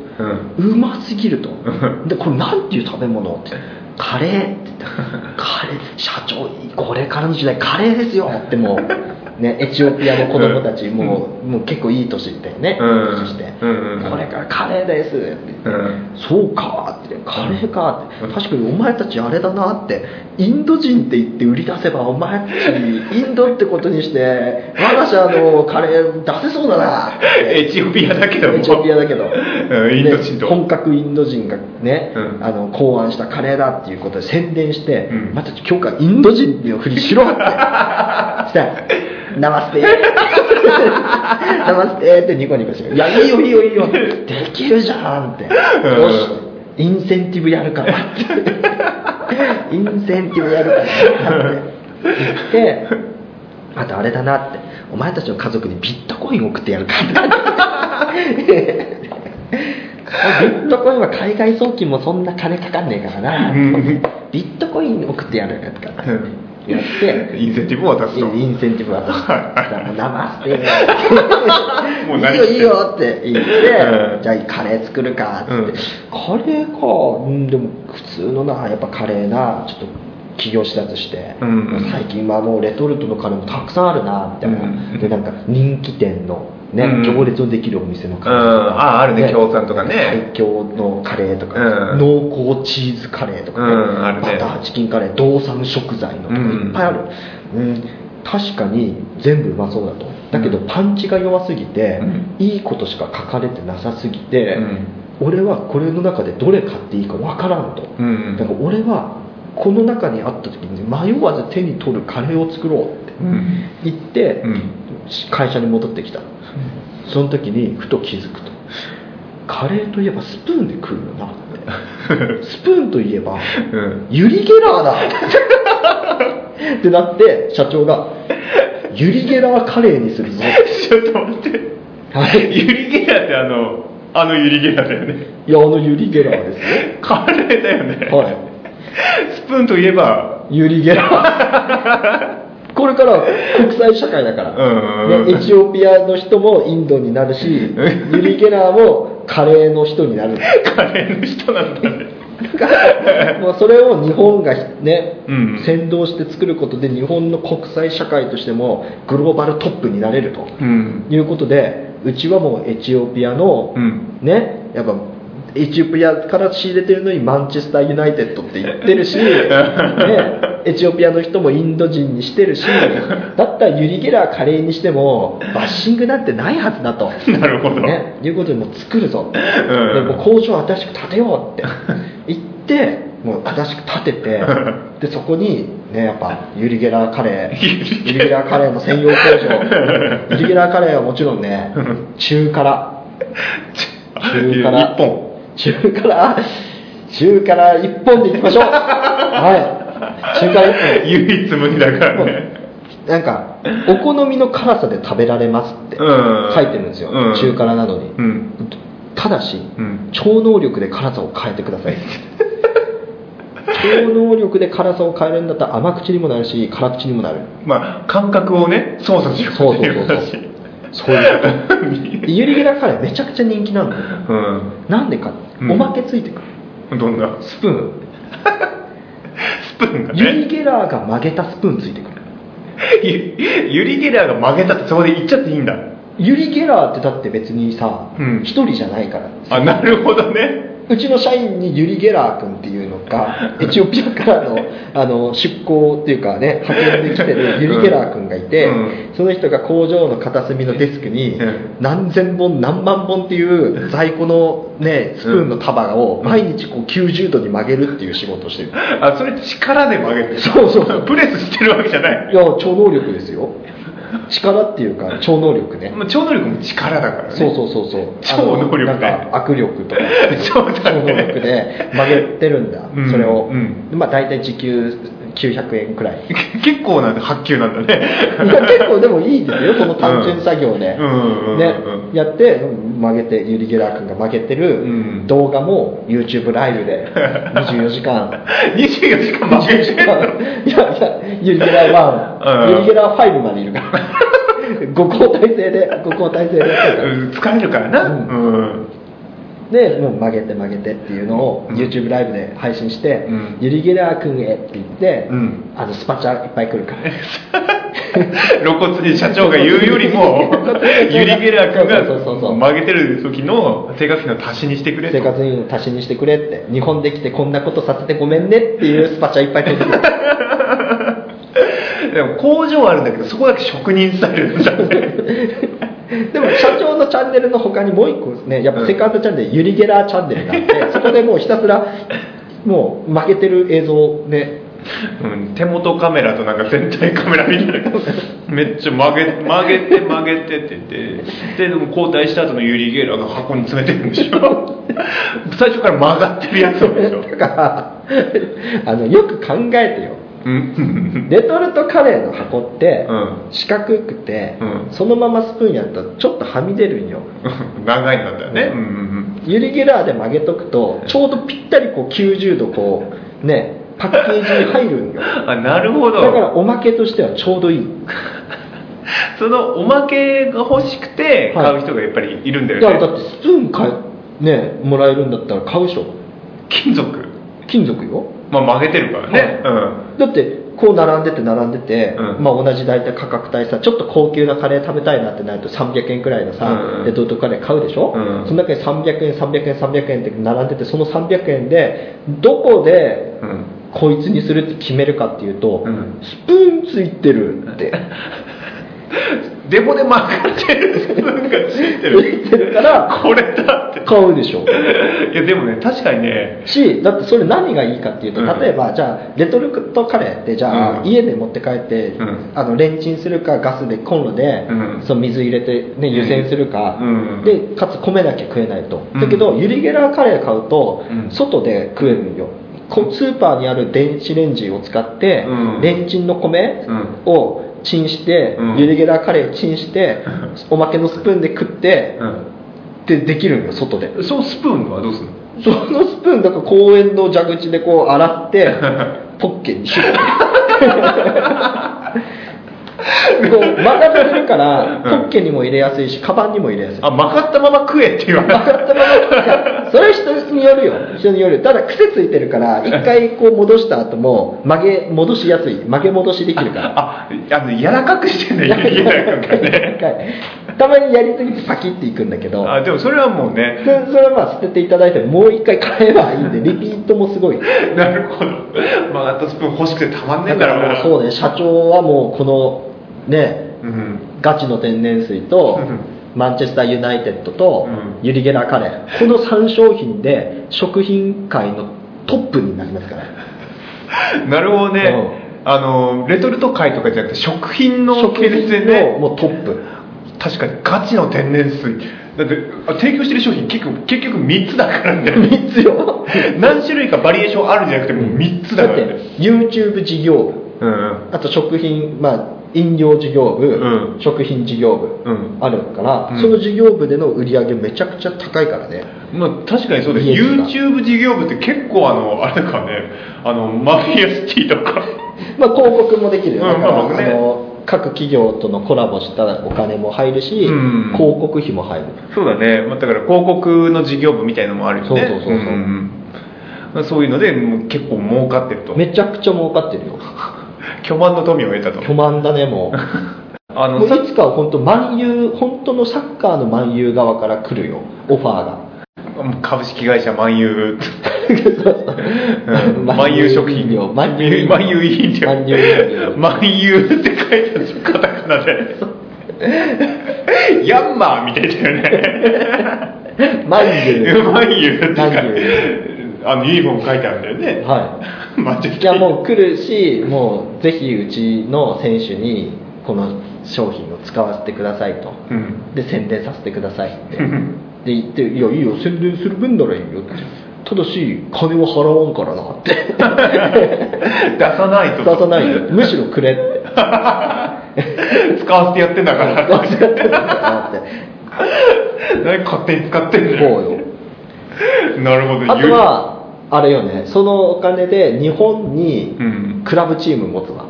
Speaker 2: うん
Speaker 1: うますぎると
Speaker 2: ん
Speaker 1: でこれなんていう食べ物ってカレーって言 ったらカレー社長これからの時代カレーですよってもう、 ね、エチオピアの子供たちもう,、もう結構いい年だよね、
Speaker 2: うん
Speaker 1: そして、
Speaker 2: うん
Speaker 1: これからカレーですって
Speaker 2: うん
Speaker 1: そうかってカレーかって確かにお前たちあれだなってインド人って言って売り出せばお前たちインドってことにして我が社のカレー出せそうだなって
Speaker 2: エチオピアだけども
Speaker 1: エチオピアだけど、
Speaker 2: うんインド人
Speaker 1: で
Speaker 2: と
Speaker 1: 本格インド人がね、
Speaker 2: うん
Speaker 1: あの考案したカレーだっていうことで宣伝して、
Speaker 2: うん
Speaker 1: お前たち今日からインド人のふりしろっ てしたら「ナマステ」「ナマステ」ってニコニコして「いやいいよいいよいいよ」できるじゃん」って「
Speaker 2: ん
Speaker 1: よしインセンティブやるから」 って「インセンティブやるから」って言ってあとあれだなってお前たちの家族にビットコイン送ってやるからビットコインは海外送金もそんな金かかんねえからな
Speaker 2: うん
Speaker 1: ビットコイン送ってやるやつからや って
Speaker 2: インセンティブを渡すと
Speaker 1: インセンティブは
Speaker 2: はい
Speaker 1: もう生捨てよ
Speaker 2: もう
Speaker 1: い
Speaker 2: 何
Speaker 1: い
Speaker 2: 言
Speaker 1: よ
Speaker 2: って
Speaker 1: いいよって言って、
Speaker 2: うん
Speaker 1: じゃあカレー作るかっつって、
Speaker 2: うん
Speaker 1: カレーかうんでも普通のなやっぱカレーなちょっと起業したとして、
Speaker 2: うん
Speaker 1: 最近はもうレトルトのカレーもたくさんあるなみたいな、
Speaker 2: うん
Speaker 1: でなんか人気店のね、
Speaker 2: うん
Speaker 1: 行列のできるお店のカ
Speaker 2: う
Speaker 1: レー
Speaker 2: ん
Speaker 1: とか、
Speaker 2: ああるね京産とかね
Speaker 1: 最強のカレーとか、
Speaker 2: うん
Speaker 1: 濃厚チーズカレーとかね、
Speaker 2: うんあるね
Speaker 1: バターチキンカレー動産食材のとか
Speaker 2: うん
Speaker 1: いっぱいある、うん確かに全部うまそうだとだけど
Speaker 2: う
Speaker 1: パンチが弱すぎて、
Speaker 2: うん
Speaker 1: いいことしか書かれてなさすぎて、
Speaker 2: うん
Speaker 1: 俺はこれの中でどれ買っていいかわからんと、
Speaker 2: うん
Speaker 1: だから俺はこの中にあった時に迷わず手に取るカレーを作ろうって
Speaker 2: うん
Speaker 1: 言って
Speaker 2: う、ん
Speaker 1: 会社に戻ってきたその時にふと気づくとカレーといえばスプーンで食うよな ってスプーンといえば
Speaker 2: うん
Speaker 1: ユリ・ゲラーだってなって社長が「ユリ・ゲラーカレーにするぞ」
Speaker 2: ちょっと待って
Speaker 1: はい
Speaker 2: ユリゲラってあのあのユリゲラだよね
Speaker 1: いやあのユリ・ゲラーですね
Speaker 2: カレーだよね
Speaker 1: はい
Speaker 2: スプーンといえば
Speaker 1: ユリ・ゲラーこれからは国際社会だから、
Speaker 2: うん
Speaker 1: ねエチオピアの人もインドになるしユリ・ゲラーもカレーの人になる
Speaker 2: カレーの人なんだね
Speaker 1: もうそれを日本がね、
Speaker 2: うん
Speaker 1: 先導して作ることで日本の国際社会としてもグローバルトップになれると
Speaker 2: うん
Speaker 1: いうことでうちはもうエチオピアの、
Speaker 2: うん
Speaker 1: ねやっぱエチオピアから仕入れてるのにマンチェスターユナイテッドって言ってる し、ね、 エチオピアの人もインド人にしてるしだったらユリ・ゲラーカレーにしてもバッシングなんてないはずだと。
Speaker 2: なるほど、
Speaker 1: ね、いうことでもう作るぞって、
Speaker 2: ん
Speaker 1: でもう工場新しく建てようって言ってもう新しく建ててでそこにねやっぱユリゲラーカレーユリゲラーカレーの専用工場ユリゲラーカレーはもちろんね中辛中辛
Speaker 2: 一本
Speaker 1: 中辛中辛一本でいきましょうはい中辛一本
Speaker 2: 唯一無二だからね
Speaker 1: なんかお好みの辛さで食べられますって
Speaker 2: うん
Speaker 1: 書いてるんですよ、
Speaker 2: うん
Speaker 1: 中辛なのに、
Speaker 2: うん
Speaker 1: ただし、
Speaker 2: うん
Speaker 1: 超能力で辛さを変えてください超能力で辛さを変えるんだったら甘口にもなるし辛口にもなる
Speaker 2: まあ感覚をね操作しよ
Speaker 1: そう
Speaker 2: うっ
Speaker 1: そう
Speaker 2: て
Speaker 1: そ
Speaker 2: いうう
Speaker 1: そうそ
Speaker 2: 話
Speaker 1: ういうことでユリゲラカレーめちゃくちゃ人気なのよ
Speaker 2: うん
Speaker 1: なんでか、
Speaker 2: うん
Speaker 1: おまけついてくる
Speaker 2: どんな
Speaker 1: スプーン
Speaker 2: スプーンが
Speaker 1: ユ
Speaker 2: ね
Speaker 1: リゲラーが曲げたスプーンついてくる
Speaker 2: ゆ ユリゲラが曲げたってそこで言っちゃっていいんだ
Speaker 1: ユリゲラーってだって別にさ
Speaker 2: うん
Speaker 1: 一、人じゃないから
Speaker 2: あなるほどね
Speaker 1: うちの社員にユリ・ゲラー君っていうの がエチオピアからのあの出向っていうかね派遣で来てるユリ・ゲラー君がいて、
Speaker 2: うん
Speaker 1: その人が工場の片隅のデスクに
Speaker 2: うん
Speaker 1: 何千本何万本っていう在庫の、ね、スプーンの束を毎日こう90度に曲げるっていう仕事をしてる
Speaker 2: あそれ力で曲げてる
Speaker 1: そうそうそう
Speaker 2: プレスしてるわけじゃない
Speaker 1: いや超能力ですよ力っていうか超能力ね
Speaker 2: まあ超能力も力だからね
Speaker 1: そうそうそうそう
Speaker 2: 超能力ね
Speaker 1: あのなんか握力とか
Speaker 2: そう
Speaker 1: 超
Speaker 2: だ
Speaker 1: 能力
Speaker 2: ね
Speaker 1: で曲げてるんだ、
Speaker 2: うん
Speaker 1: それを、
Speaker 2: うん
Speaker 1: まあ大体時給900円くらいい
Speaker 2: 結構な発給なんだね
Speaker 1: や結構でもいいですよこの単純作業で、
Speaker 2: うんうんうん
Speaker 1: ね
Speaker 2: うん
Speaker 1: やってうん曲げてユリ・ゲラー君が曲げて
Speaker 2: う
Speaker 1: る
Speaker 2: ん
Speaker 1: 動画も YouTube ライブ で24時間
Speaker 2: 24時間曲げてる
Speaker 1: い
Speaker 2: の
Speaker 1: やいやユリ・ゲラー1、
Speaker 2: うん
Speaker 1: ユリ・ゲラー5までいるから五交代制で、五交代制でやってた
Speaker 2: うん 疲れるからな、
Speaker 1: う
Speaker 2: うん
Speaker 1: で、もう曲げて曲げてっていうのを
Speaker 2: うん
Speaker 1: YouTube ライブで配信して、
Speaker 2: うん
Speaker 1: ユリ・ゲラー君へって言って、
Speaker 2: うん
Speaker 1: あのスパチャいっぱい来る から。
Speaker 2: 露骨に社長が言うよりもユリ・ゲラー君
Speaker 1: そうそうそうそう
Speaker 2: が曲げてる時の生活費の足しにしてくれと
Speaker 1: 生活費の足しにしてくれって、日本で来てこんなことさせてごめんねっていうスパチャいっぱい来る から。
Speaker 2: でも工場はあるんだけどそこだけ職人スタイルなんだね
Speaker 1: でも社長のチャンネルの他にもう一個ね、やっぱセカンドチャンネル、ユリ・ゲラーチャンネルがあって、そこでもうひたすら、もう負けてる映像をね、
Speaker 2: うん、手元カメラとなんか全体カメラみたいな めっちゃ曲げ曲げて曲げてって言ってででも交代した後のユリ・ゲラーが箱に詰めてるんでし ょ最初から曲がってるやつなんでしょ
Speaker 1: だから、あ の、よく考えてよ。
Speaker 2: うん
Speaker 1: レトルトカレーの箱って、
Speaker 2: うん
Speaker 1: 四角くて、
Speaker 2: うん
Speaker 1: そのままスプーンやったらちょっとはみ出るんよ
Speaker 2: 長いんだよね、うんうん
Speaker 1: ユリ・ゲラーで曲げとくとちょうどぴったりこう90度こうねパッケージに入るんよ
Speaker 2: う
Speaker 1: だ
Speaker 2: ん、あなるほど
Speaker 1: からおまけとしてはちょうどいい
Speaker 2: そのおまけが欲しくて
Speaker 1: はい
Speaker 2: 買う人がやっぱりいるんだ
Speaker 1: だから
Speaker 2: よね、
Speaker 1: だってスプーン買えねもらえるんだったら買うでしょ
Speaker 2: 金属
Speaker 1: 金属よ
Speaker 2: まあ曲げてるからね、
Speaker 1: だってこう並んでて並んでて、
Speaker 2: うん
Speaker 1: まあ、同じ大体価格帯さちょっと高級なカレー食べたいなってなると300円くらいのさ、
Speaker 2: うん
Speaker 1: レトルトカレー買うでしょ、
Speaker 2: うん
Speaker 1: その中に300円300円300円って並んでてその300円でどこで
Speaker 2: うん、うん
Speaker 1: こいつにするって決めるかっていうと、
Speaker 2: うん
Speaker 1: スプーンついてるって
Speaker 2: デモで曲がってるスプーンがついて
Speaker 1: ついてる
Speaker 2: る
Speaker 1: から
Speaker 2: これだって
Speaker 1: 買うでしょ
Speaker 2: いやでもね確かにね
Speaker 1: しだってそれ何がいいかっていうと
Speaker 2: うん
Speaker 1: 例えばじゃあレトルトカレーってじゃあ、
Speaker 2: うん
Speaker 1: 家で持って帰って、
Speaker 2: うん
Speaker 1: あのレンチンするかガスでコンロで、
Speaker 2: うん
Speaker 1: その水入れて、ね、湯煎するか、
Speaker 2: うん
Speaker 1: でかつ米だけ食えないと、
Speaker 2: うん
Speaker 1: だけどユリゲラーカレー買うと、
Speaker 2: うん
Speaker 1: 外で食えるんよこスーパーにある電子レンジを使って、
Speaker 2: うん
Speaker 1: レンチンの米
Speaker 2: うん
Speaker 1: をチンして、
Speaker 2: うん
Speaker 1: ユリゲラーカレーチンして、おまけのスプーンで食って、でできるんよ外で
Speaker 2: そのスプーンはどうするの
Speaker 1: そのスプーンだから公園の蛇口でこう洗って ポッケにしようこう曲がってるから
Speaker 2: ん
Speaker 1: ポッケにも入れやすいしカバンにも入れやすい
Speaker 2: あ曲がったまま食えって言われた
Speaker 1: それは人によるよ人によるただ癖ついてるから一回こう戻した後も曲げ戻しやすい曲げ戻しできるから
Speaker 2: ああの柔らかくしてん だ家になんか ね
Speaker 1: たまにやりすぎてパキっていくんだけど
Speaker 2: あでもそれはもうね
Speaker 1: それそれはまあ捨てていただいてもう一回買えばいいんでリピートもすごい
Speaker 2: なるほど曲がったスプーン欲しくてたまんねえ
Speaker 1: だか
Speaker 2: んだろう
Speaker 1: らも
Speaker 2: な
Speaker 1: うそうね社長はもうこのね
Speaker 2: うん
Speaker 1: ガチの天然水と
Speaker 2: うん
Speaker 1: マンチェスターユナイテッドと
Speaker 2: うん
Speaker 1: ユリゲラーカレーこの3商品で食品界のトップになりますから
Speaker 2: なるほどねあのレトルト界とかじゃなくて食品の
Speaker 1: 食
Speaker 2: 系列で
Speaker 1: 品
Speaker 2: ね
Speaker 1: のもうトップ
Speaker 2: 確かにガチの天然水だってあ提供してる商品結局結局3つだからね
Speaker 1: 3つよ
Speaker 2: 何種類かバリエーションあるんじゃなくてもう3つだ
Speaker 1: だって
Speaker 2: からね
Speaker 1: YouTube 事業部
Speaker 2: うん
Speaker 1: あと食品、まあ、飲料事業部、
Speaker 2: うん
Speaker 1: 食品事業部、
Speaker 2: うん
Speaker 1: あるから、
Speaker 2: うん
Speaker 1: その事業部での売り上げめちゃくちゃ高いからね
Speaker 2: まあ、確かにそうです
Speaker 1: 利益が
Speaker 2: YouTube 事業部って結構あのあれだからねあのマフィアシティとか
Speaker 1: まあ、広告もできるよ、
Speaker 2: うん
Speaker 1: だから、
Speaker 2: まあ僕ね
Speaker 1: あの各企業とのコラボしたお金も入るし、
Speaker 2: うん
Speaker 1: 広告費も入る
Speaker 2: そうだね、まあ、だから広告の事業部みたいのもあるよね
Speaker 1: そうそうそうそうん
Speaker 2: んまあそういうのでもう結構儲かってると
Speaker 1: めちゃくちゃ儲かってるよ
Speaker 2: 巨万の富を得たと
Speaker 1: 巨万だねもう
Speaker 2: あ
Speaker 1: もう
Speaker 2: の
Speaker 1: い
Speaker 2: さ
Speaker 1: つかは本当万有本当のサッカーの万有側から来るよオファーが
Speaker 2: 株式会社万 有
Speaker 1: うん
Speaker 2: 万有食品
Speaker 1: 飲料万有
Speaker 2: 万有飲料
Speaker 1: 万有飲料
Speaker 2: 万有って書いてあるんですよカタカナでヤンマーみたいだよね
Speaker 1: 万有
Speaker 2: 万有って書い
Speaker 1: 万
Speaker 2: てあのユニフォーム書いてあるんだよね
Speaker 1: はい
Speaker 2: マジで
Speaker 1: いやもう来るしもうぜひうちの選手にこの商品を使わせてくださいと
Speaker 2: うん
Speaker 1: で宣伝させてくださいってで言って「いやいいよ宣伝する分ならいいよ」って「ただし金は払わんからな」って
Speaker 2: 出さないと
Speaker 1: 出さないよむしろくれ って
Speaker 2: 使わせてやってんだか
Speaker 1: 出
Speaker 2: ら
Speaker 1: されてるからって
Speaker 2: 何勝手に使ってんだ
Speaker 1: こうよ
Speaker 2: なるほど
Speaker 1: あとはあれよねそのお金で日本に
Speaker 2: うん
Speaker 1: クラブチーム持つわ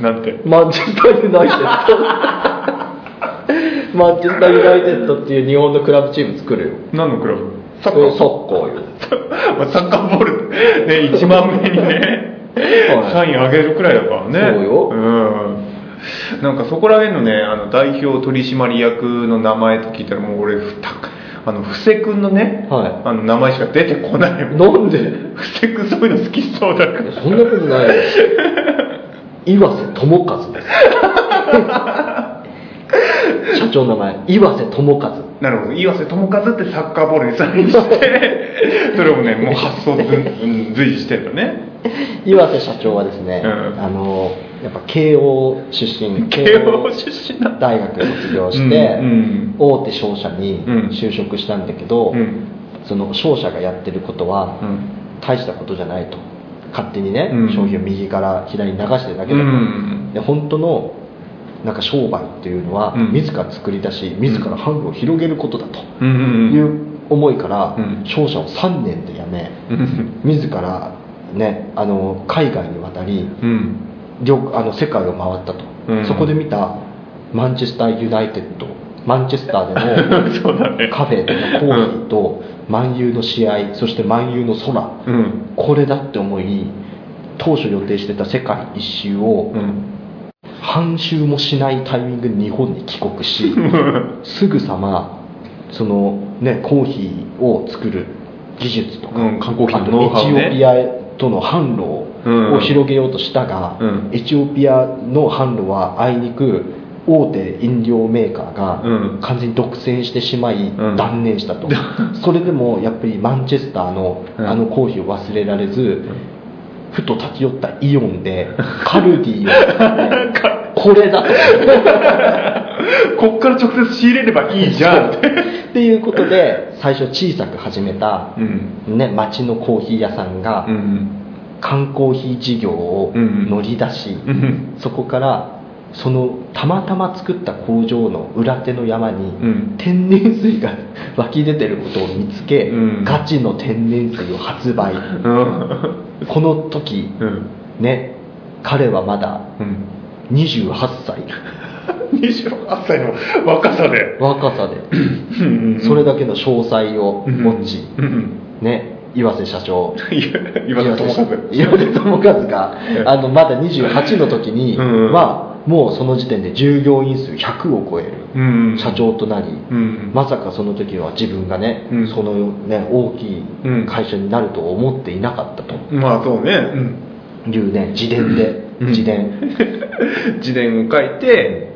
Speaker 2: なんて
Speaker 1: マンチェスターユナイテッドマンチェスター・ユナイテッドっていう日本のクラブチーム作るよ
Speaker 2: 何のクラブ
Speaker 1: サッカーよ
Speaker 2: まあサッカーボールね1万目にね
Speaker 1: そうなんです
Speaker 2: サインあげるくらいだからね
Speaker 1: そうよ
Speaker 2: うんなんかそこら辺のねあの代表取締役の名前と聞いたらもう俺ふたあの布施君のね、
Speaker 1: は
Speaker 2: あの名前しか出てこないもん
Speaker 1: なんで
Speaker 2: 布施君そういうの好きそうだから
Speaker 1: そんなことないよ岩瀬智和です社長の名前岩瀬智和
Speaker 2: なるほど岩瀬智和ってサッカーボールにサイン してそれをねもう発想ずん随時してるのね
Speaker 1: 岩瀬社長はですね、
Speaker 2: うん
Speaker 1: あのやっぱ慶応出身
Speaker 2: 慶応出身だ
Speaker 1: 大学卒業して、
Speaker 2: うん
Speaker 1: 大手商社に
Speaker 2: うん
Speaker 1: 就職したんだけど、
Speaker 2: うん
Speaker 1: その商社がやってることは
Speaker 2: うん
Speaker 1: 大したことじゃないと勝手にね、
Speaker 2: うん
Speaker 1: 商品を右から左に流してるだけ
Speaker 2: う
Speaker 1: だと、
Speaker 2: ん
Speaker 1: で本当のなんか商売っていうのは、
Speaker 2: うん
Speaker 1: 自ら作り出し自ら販路を広げることだと
Speaker 2: うんうん
Speaker 1: い
Speaker 2: うん
Speaker 1: う思いから、
Speaker 2: うん
Speaker 1: 商社を3年で辞め
Speaker 2: うん
Speaker 1: 自ら、ね、あの海外に渡り
Speaker 2: うん
Speaker 1: 両あの世界を回ったと、
Speaker 2: うん
Speaker 1: そこで見たマンチェスター・ユナイテッドマンチェスターでの
Speaker 2: そうだね
Speaker 1: カフェでのコーヒーと万有の試合そして万有の空
Speaker 2: うん
Speaker 1: これだって思い当初予定してた世界一周を
Speaker 2: うん
Speaker 1: 半周もしないタイミングで日本に帰国 しすぐさまその、ね、コーヒーを作る技術とか、
Speaker 2: うん缶コーヒー
Speaker 1: あ
Speaker 2: の
Speaker 1: と
Speaker 2: ノウ
Speaker 1: エ
Speaker 2: ハウ
Speaker 1: チ
Speaker 2: ね
Speaker 1: オピアとの販路
Speaker 2: うん
Speaker 1: を広げようとしたが、
Speaker 2: うん
Speaker 1: エチオピアの販路はあいにく大手飲料メーカーが
Speaker 2: うん
Speaker 1: 完全に独占してしまい
Speaker 2: うん
Speaker 1: 断念 したと、それでもやっぱりマンチェスターの
Speaker 2: うん
Speaker 1: あのコーヒーを忘れられず、ふと立ち寄ったイオン でカルディをこれだと
Speaker 2: こっから直接仕入れればいいじゃんって
Speaker 1: っていうことで最初小さく始めた、
Speaker 2: うん
Speaker 1: ね、町のコーヒー屋さんが
Speaker 2: うん
Speaker 1: 缶コーヒー事業を乗り出し、
Speaker 2: うん
Speaker 1: そこからそのたまたま作った工場の裏手の山に、
Speaker 2: うん
Speaker 1: 天然水が湧き出てることを見つけ、
Speaker 2: うん
Speaker 1: ガチの天然水を発 売
Speaker 2: うん
Speaker 1: この時
Speaker 2: うん
Speaker 1: ね彼はまだ
Speaker 2: うん
Speaker 1: 28歳
Speaker 2: 28歳の若さで
Speaker 1: 若さでそれだけの詳細を持ち、
Speaker 2: うん
Speaker 1: ね岩瀬社長
Speaker 2: 今の友和
Speaker 1: 岩瀬友和が
Speaker 2: ええ
Speaker 1: あのまだ28の時に
Speaker 2: うんうん
Speaker 1: はもうその時点で従業員数100を超える
Speaker 2: うん
Speaker 1: 社長となり
Speaker 2: うん
Speaker 1: まさかその時は自分がね、
Speaker 2: うん
Speaker 1: そのね大きい会社になるとは思っていなかったと
Speaker 2: まあそうねうん
Speaker 1: いうね自伝で、
Speaker 2: うん
Speaker 1: 自伝
Speaker 2: 自伝を書いて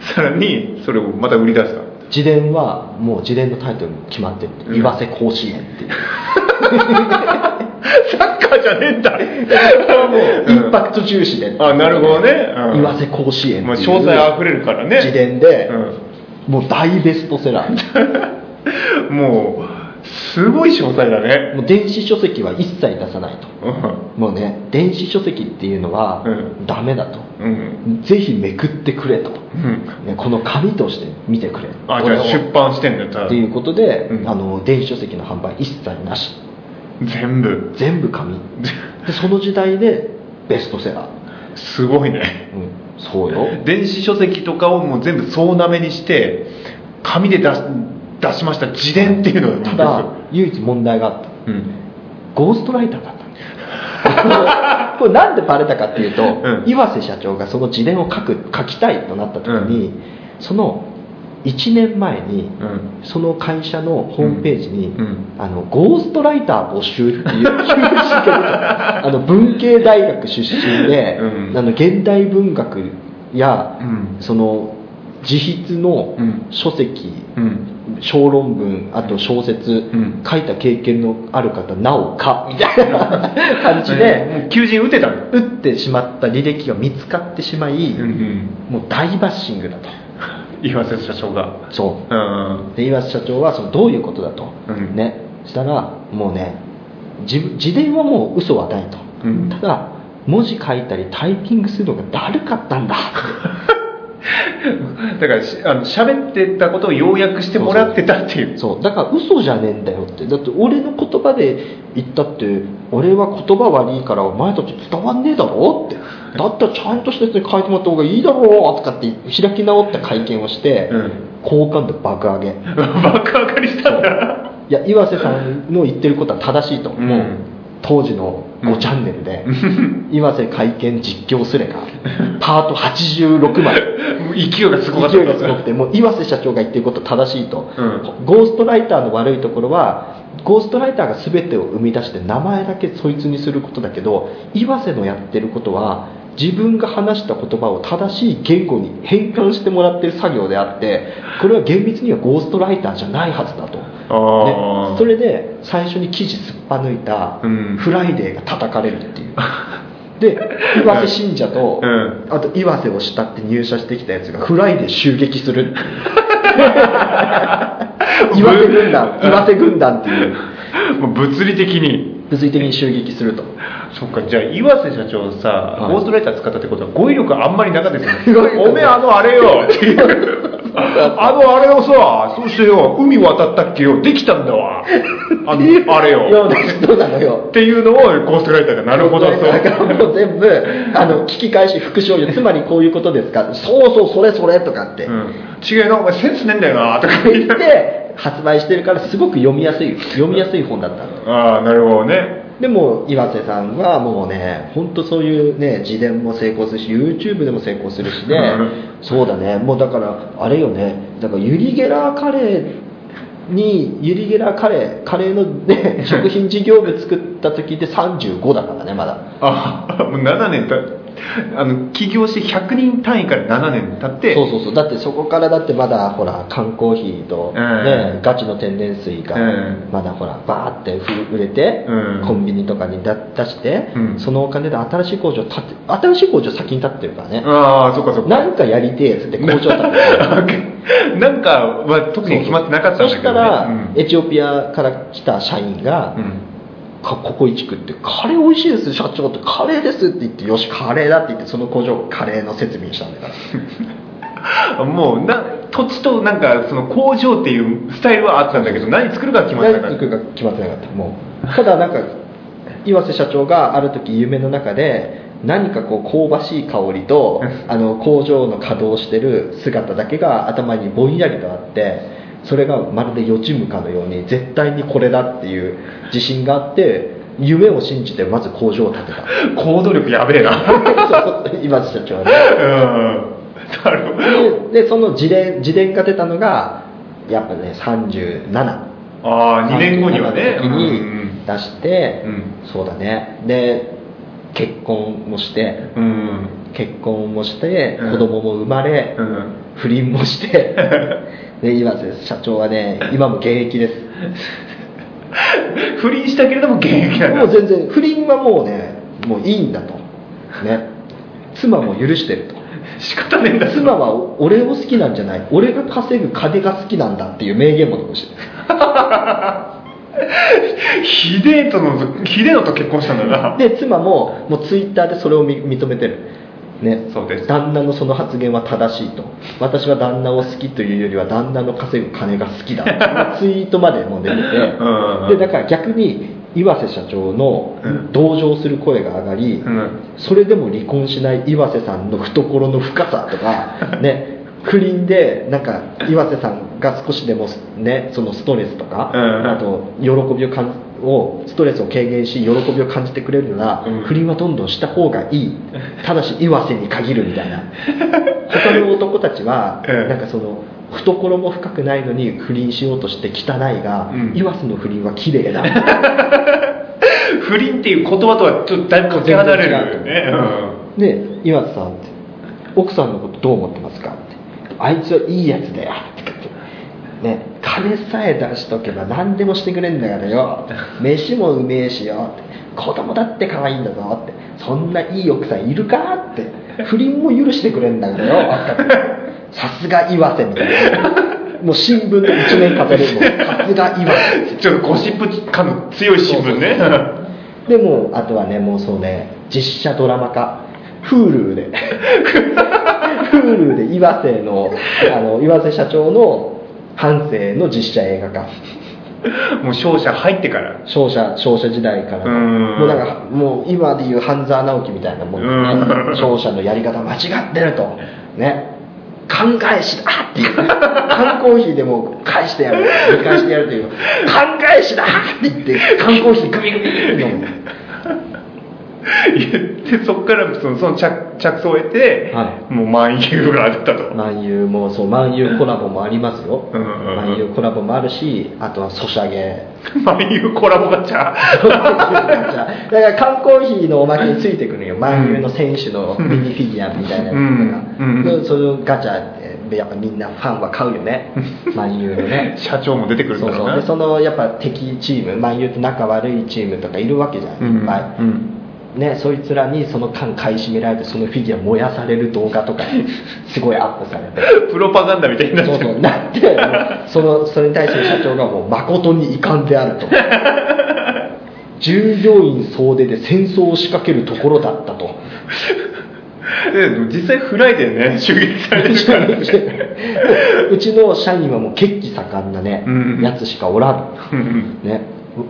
Speaker 2: さらにそれをまた売り出した
Speaker 1: 自伝はもう自伝のタイトル決まってる、
Speaker 2: うん
Speaker 1: 岩瀬甲子園っていう
Speaker 2: サッカーじゃねえんだ
Speaker 1: インパクト重視で、
Speaker 2: あなるほどねうん
Speaker 1: 岩瀬甲子園
Speaker 2: まあ
Speaker 1: っていう
Speaker 2: 詳細あふれるからね
Speaker 1: 自伝で、
Speaker 2: う
Speaker 1: もう大ベストセラ ー
Speaker 2: んもうすごい詳細だね
Speaker 1: もう電子書籍は一切出さないと
Speaker 2: うん
Speaker 1: もうね電子書籍っていうのは
Speaker 2: う
Speaker 1: ダメだと、
Speaker 2: うん
Speaker 1: ぜひめくってくれと、
Speaker 2: うん
Speaker 1: ね、この紙として見てくれ
Speaker 2: あじゃあ
Speaker 1: これを
Speaker 2: 出版してんだよただ
Speaker 1: っていうことで、
Speaker 2: うん
Speaker 1: あの電子書籍の販売一切なし
Speaker 2: 全部
Speaker 1: 全部紙でその時代でベストセラー、
Speaker 2: すごいね
Speaker 1: うん、そうよ
Speaker 2: 電子書籍とかをもう全部総なめにして紙で出し出しました自伝っていうのが
Speaker 1: ただ唯一問題があった
Speaker 2: うん
Speaker 1: ゴーストライターだっ たんですこれなんでバレたかっていうと、
Speaker 2: うん
Speaker 1: 岩瀬社長がその自伝を書く書きたいとなった時に、その1年前に
Speaker 2: うん
Speaker 1: その会社のホームページに、
Speaker 2: うん
Speaker 1: あのゴーストライター募集っていうあの文系大学出身で、
Speaker 2: うん
Speaker 1: あの現代文学や
Speaker 2: うん
Speaker 1: その自筆の
Speaker 2: うん
Speaker 1: 書籍、
Speaker 2: うん
Speaker 1: 小論文あと小説、
Speaker 2: ん
Speaker 1: 書いた経験のある方なおかみたいな感じで
Speaker 2: もう求人打てたの
Speaker 1: 打ってしまった履歴が見つかってしまい、
Speaker 2: ん
Speaker 1: もう大バッシングだと
Speaker 2: 岩瀬社長が
Speaker 1: そう
Speaker 2: うん
Speaker 1: で岩瀬社長はそのどういうことだと、
Speaker 2: うん
Speaker 1: ねしたらもうね自自伝はもう嘘はないと、
Speaker 2: うん
Speaker 1: ただ文字書いたりタイピングするのがだるかった んだ
Speaker 2: だからしあの喋ってたことを要約してもらってたっていう
Speaker 1: そうだから嘘じゃねえんだよってだって俺の言葉で言ったって俺は言葉悪いからお前たち伝わんねえだろってだったらちゃんとしたやつに変えてもらった方がいいだろうとかって開き直った会見をして、
Speaker 2: うん
Speaker 1: 好感度爆上げい
Speaker 2: 爆上がりしたんだ
Speaker 1: や岩瀬さんの言ってることは正しいと思う、
Speaker 2: うん
Speaker 1: 当時の5チャンネルで、岩瀬会見実況すればパート86まで
Speaker 2: もう勢いがすごかった
Speaker 1: 勢いがすごくてもう岩瀬社長が言ってること正しいと、
Speaker 2: う
Speaker 1: ゴーストライターの悪いところはゴーストライターが全てを生み出して名前だけそいつにすることだけど岩瀬のやってることは自分が話した言葉を正しい言語に変換してもらってる作業であってこれは厳密にはゴーストライターじゃないはずだと。
Speaker 2: あ
Speaker 1: で
Speaker 2: あ
Speaker 1: それで最初に記事すっぱ抜いた
Speaker 2: うん
Speaker 1: フライデーが叩かれるっていう で岩瀬信者と
Speaker 2: うん
Speaker 1: あと岩瀬を慕って入社してきたやつがフライデー襲撃するってい う岩瀬軍団岩瀬軍団っていう
Speaker 2: もう物理的に
Speaker 1: 物理的に襲撃すると
Speaker 2: そっかじゃあ岩瀬社長さ、
Speaker 1: い
Speaker 2: ゴーストライター使ったってことは語彙力あんまりなかったです
Speaker 1: 語
Speaker 2: よ
Speaker 1: 彙
Speaker 2: ね
Speaker 1: 力
Speaker 2: おめえあのあれよっていう あのあれをさそしてよ海渡ったっけよできたんだわあのあれ
Speaker 1: いや
Speaker 2: よ
Speaker 1: そうなのよ
Speaker 2: っていうのをゴーストライターがなるほどと
Speaker 1: だからもう全部あの聞き返し復唱つまりこういうことですかそうそうそれそれとかって、
Speaker 2: うん、違えなお前センスねえんだよなとか言
Speaker 1: 言
Speaker 2: っ
Speaker 1: ってて発売してるからすごく読みやすい読みやすい本だったの
Speaker 2: ああなるほどね
Speaker 1: でも岩瀬さんはもうね本当そういうね自伝も成功するし YouTube でも成功するし ね
Speaker 2: う
Speaker 1: そうだねもうだからあれよねだからユリ・ゲラーカレーにユリ・ゲラーカレーカレーの ね食品事業部作った時で35だからねまだ
Speaker 2: ああもう7年たあの起業して100人単位から7年経って
Speaker 1: そうそうそうだってそこからだってまだほら缶コーヒーと、ね
Speaker 2: うん
Speaker 1: ガチの天然水が
Speaker 2: うん
Speaker 1: まだほらバーって売れて、
Speaker 2: うん
Speaker 1: コンビニとかに出出して、
Speaker 2: うん
Speaker 1: そのお金で新しい工場建て新しい工場先に建ってるからね、
Speaker 2: ああそっかそっか
Speaker 1: なんかやりてえっつって工場建て て
Speaker 2: なんかは特に決まってなかった
Speaker 1: そ
Speaker 2: んだけど、ね、
Speaker 1: したら、
Speaker 2: うん
Speaker 1: エチオピアから来た社員が、
Speaker 2: うん
Speaker 1: かここ一食ってカレー美味しいです社長ってカレーですって言ってよしカレーだって言ってその工場カレーの設備にしたんだから
Speaker 2: もうな土地となんかその工場っていうスタイルはあったんだけど何作るかは決まってなか
Speaker 1: 何
Speaker 2: った
Speaker 1: 行くか決まってなかったもうただなんか岩瀬社長がある時夢の中で何かこう香ばしい香りと
Speaker 2: うん
Speaker 1: あの工場の稼働してる姿だけが頭にぼんやりとあってそれがまるで予知夢かのように絶対にこれだっていう自信があって夢を信じてまず工場を建て た
Speaker 2: 行動力やべえ な
Speaker 1: そう岩瀬社長はね
Speaker 2: うんなるほど
Speaker 1: ででその自伝自伝が出たのがやっぱね37
Speaker 2: ああ2年後にはね
Speaker 1: 37の時
Speaker 2: うん
Speaker 1: に出して、
Speaker 2: うん
Speaker 1: そうだねで結婚もして
Speaker 2: うん
Speaker 1: 結婚もして
Speaker 2: うん
Speaker 1: 子供も生まれ、
Speaker 2: うん
Speaker 1: 不倫もして で岩瀬社長はね今も現役です
Speaker 2: 不倫したけれども現役なん
Speaker 1: も
Speaker 2: だ
Speaker 1: う全然不倫はもうねもういいんだとね妻も許してると
Speaker 2: 仕方ねえんだ
Speaker 1: 妻は俺を好きなんじゃない俺が稼ぐ金が好きなんだっていう名言も残してる
Speaker 2: ひでえとのひでえのと結婚したんだな
Speaker 1: で妻ももうツイッターでそれをみ認めてる、ね、
Speaker 2: そうです
Speaker 1: 旦那のその発言は正しいと私は旦那を好きというよりは旦那の稼ぐ金が好き だツイートまでも出て
Speaker 2: うん
Speaker 1: てでだから逆に岩瀬社長の
Speaker 2: うん
Speaker 1: 同情する声が上がり、
Speaker 2: うん
Speaker 1: それでも離婚しない岩瀬さんの懐の深さと かね不倫でなんか岩瀬さんが少しでも、ね、そのストレスとか、
Speaker 2: うん
Speaker 1: あと喜びを感じをストレスを軽減し喜びを感じてくれるなら、
Speaker 2: うん
Speaker 1: 不倫はどんどんした方がい いただし岩瀬に限るみたいな他の男たちは、
Speaker 2: うん
Speaker 1: なんかその懐も深くないのに不倫しようとして汚いが、
Speaker 2: うん
Speaker 1: 岩瀬の不倫は綺麗だ
Speaker 2: 不倫っていう言葉とはちょっとだいぶかけ離れるよね
Speaker 1: で岩津さんって奥さんのことどう思ってますかってあいつはいいやつだよとかってね金さえ出しとけば何でもしてくれんだからよ飯もうめえしよって子供だって可愛いんだぞってそんないい奥さんいるかって不倫も許してくれんだからよさすが岩瀬みたいなもう新聞の一面飾るもうさすが岩瀬
Speaker 2: うんちょっとゴシップ感の強い新聞ね
Speaker 1: そうそうでもあとはねもうそうね実写ドラマ化 Hulu で Hulu で岩瀬のあの岩瀬社長の半生の実写映画化
Speaker 2: もう勝者入ってから
Speaker 1: 勝者勝者時代からの
Speaker 2: うん
Speaker 1: もうなんかもう今でいう半沢直樹みたいなもんですね
Speaker 2: うん
Speaker 1: 勝者のやり方間違ってるとね考えしだっていう缶コーヒーでも返してやる見返してやるという考えしだって言って缶コーヒーグビグビグビ飲む
Speaker 2: 言ってそこからそのその着着想を得て、
Speaker 1: は
Speaker 2: もう万有が出たと、
Speaker 1: 万有もそう万有コラボもありますよ
Speaker 2: うんうんうん
Speaker 1: 万有コラボもあるしあとはソシャゲ
Speaker 2: 万有コラボガチ
Speaker 1: だ
Speaker 2: ャ
Speaker 1: から缶コーヒーのおまけについてくるよ万有の選手のミニフィギュアみたいなやつとか、
Speaker 2: うんうん
Speaker 1: それをガチャってやっぱみんなファンは買うよね万有のね
Speaker 2: 社長も出てくるん
Speaker 1: そ
Speaker 2: だ
Speaker 1: う
Speaker 2: ろ
Speaker 1: そうう
Speaker 2: な
Speaker 1: でそのやっぱ敵チーム万有と仲悪いチームとかいるわけじゃん、
Speaker 2: うん
Speaker 1: いっぱい
Speaker 2: うん
Speaker 1: ね、そいつらにその缶買い占められてそのフィギュア燃やされる動画とかすごいアップされて
Speaker 2: プロパガンダみたいにな
Speaker 1: そ
Speaker 2: っ
Speaker 1: う
Speaker 2: て
Speaker 1: そう
Speaker 2: る
Speaker 1: なってもうそのそれに対して社長がもう誠に遺憾であると従業員総出で戦争を仕掛けるところだったと
Speaker 2: ででも実際フライデーね襲撃されてるからね
Speaker 1: うちの社員はもう血気盛んなね、
Speaker 2: うん
Speaker 1: やつしかおらん、
Speaker 2: うん
Speaker 1: ね、う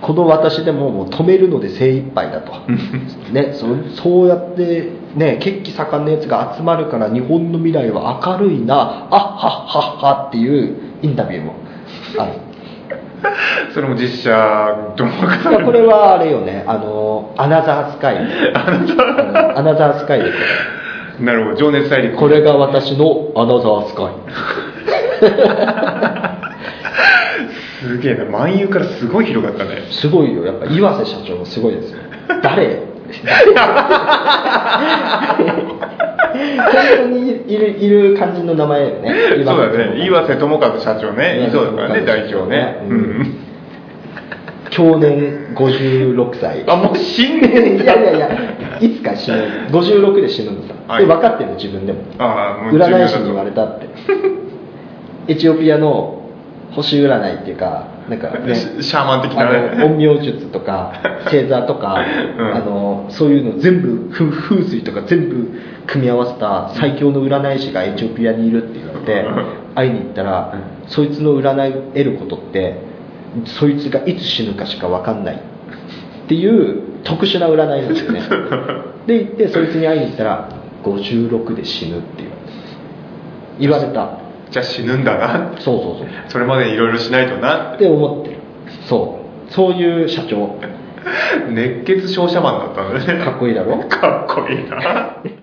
Speaker 1: この私でももう止めるので精一杯だと、
Speaker 2: うん
Speaker 1: ね、そうそうやって、ね、血気盛んなやつが集まるから日本の未来は明るいなあっはっはっはっていうインタビューもある
Speaker 2: それも実写とも分
Speaker 1: ま
Speaker 2: か
Speaker 1: あこ
Speaker 2: る
Speaker 1: れはあれよね、あのアナザースカイ。うんアナザースカイですよ
Speaker 2: なるほど情熱大陸
Speaker 1: これが私のアナザースカ
Speaker 2: すげえな万有からすごい広がったね
Speaker 1: イ。すごいよ、やっぱ岩瀬社長もすごいですよ。誰本当にいるいる感じの名前よね。
Speaker 2: そうだ
Speaker 1: 瀬
Speaker 2: ね岩瀬智和社長ねいそうだからね
Speaker 1: 岩瀬
Speaker 2: 代
Speaker 1: 智和
Speaker 2: 表ね
Speaker 1: う
Speaker 2: うんん
Speaker 1: 去年56歳。
Speaker 2: あもう死んでん
Speaker 1: い
Speaker 2: だ
Speaker 1: やいやいや、いつか死ぬ。56で死ぬんだ。
Speaker 2: は
Speaker 1: で
Speaker 2: い
Speaker 1: 分かってるの自分でも。
Speaker 2: ああもう
Speaker 1: 占い師に言われたってエチオピアの星占いっていうかなんか、ね、
Speaker 2: シャーマン的
Speaker 1: あ
Speaker 2: なね
Speaker 1: の陰陽術とか星座とか、
Speaker 2: ん
Speaker 1: あのそういうの全部ふ風水とか全部組み合わせた最強の占い師がエチオピアにいるって言われて
Speaker 2: う
Speaker 1: 会いに行ったら、そいつの占いを得ることってそいつがいつ死ぬかしか分かんないっていう特殊な占いなんです よねで行ってそいつに会いに行ったら56で死ぬって言われた言わ
Speaker 2: じゃあ死ぬんだな
Speaker 1: れたそうそうそう
Speaker 2: それまでいろいろしないとな
Speaker 1: って思ってるそうそういう社長
Speaker 2: 熱血商社マンだったんだね
Speaker 1: かっこいいだろ
Speaker 2: かっこいいな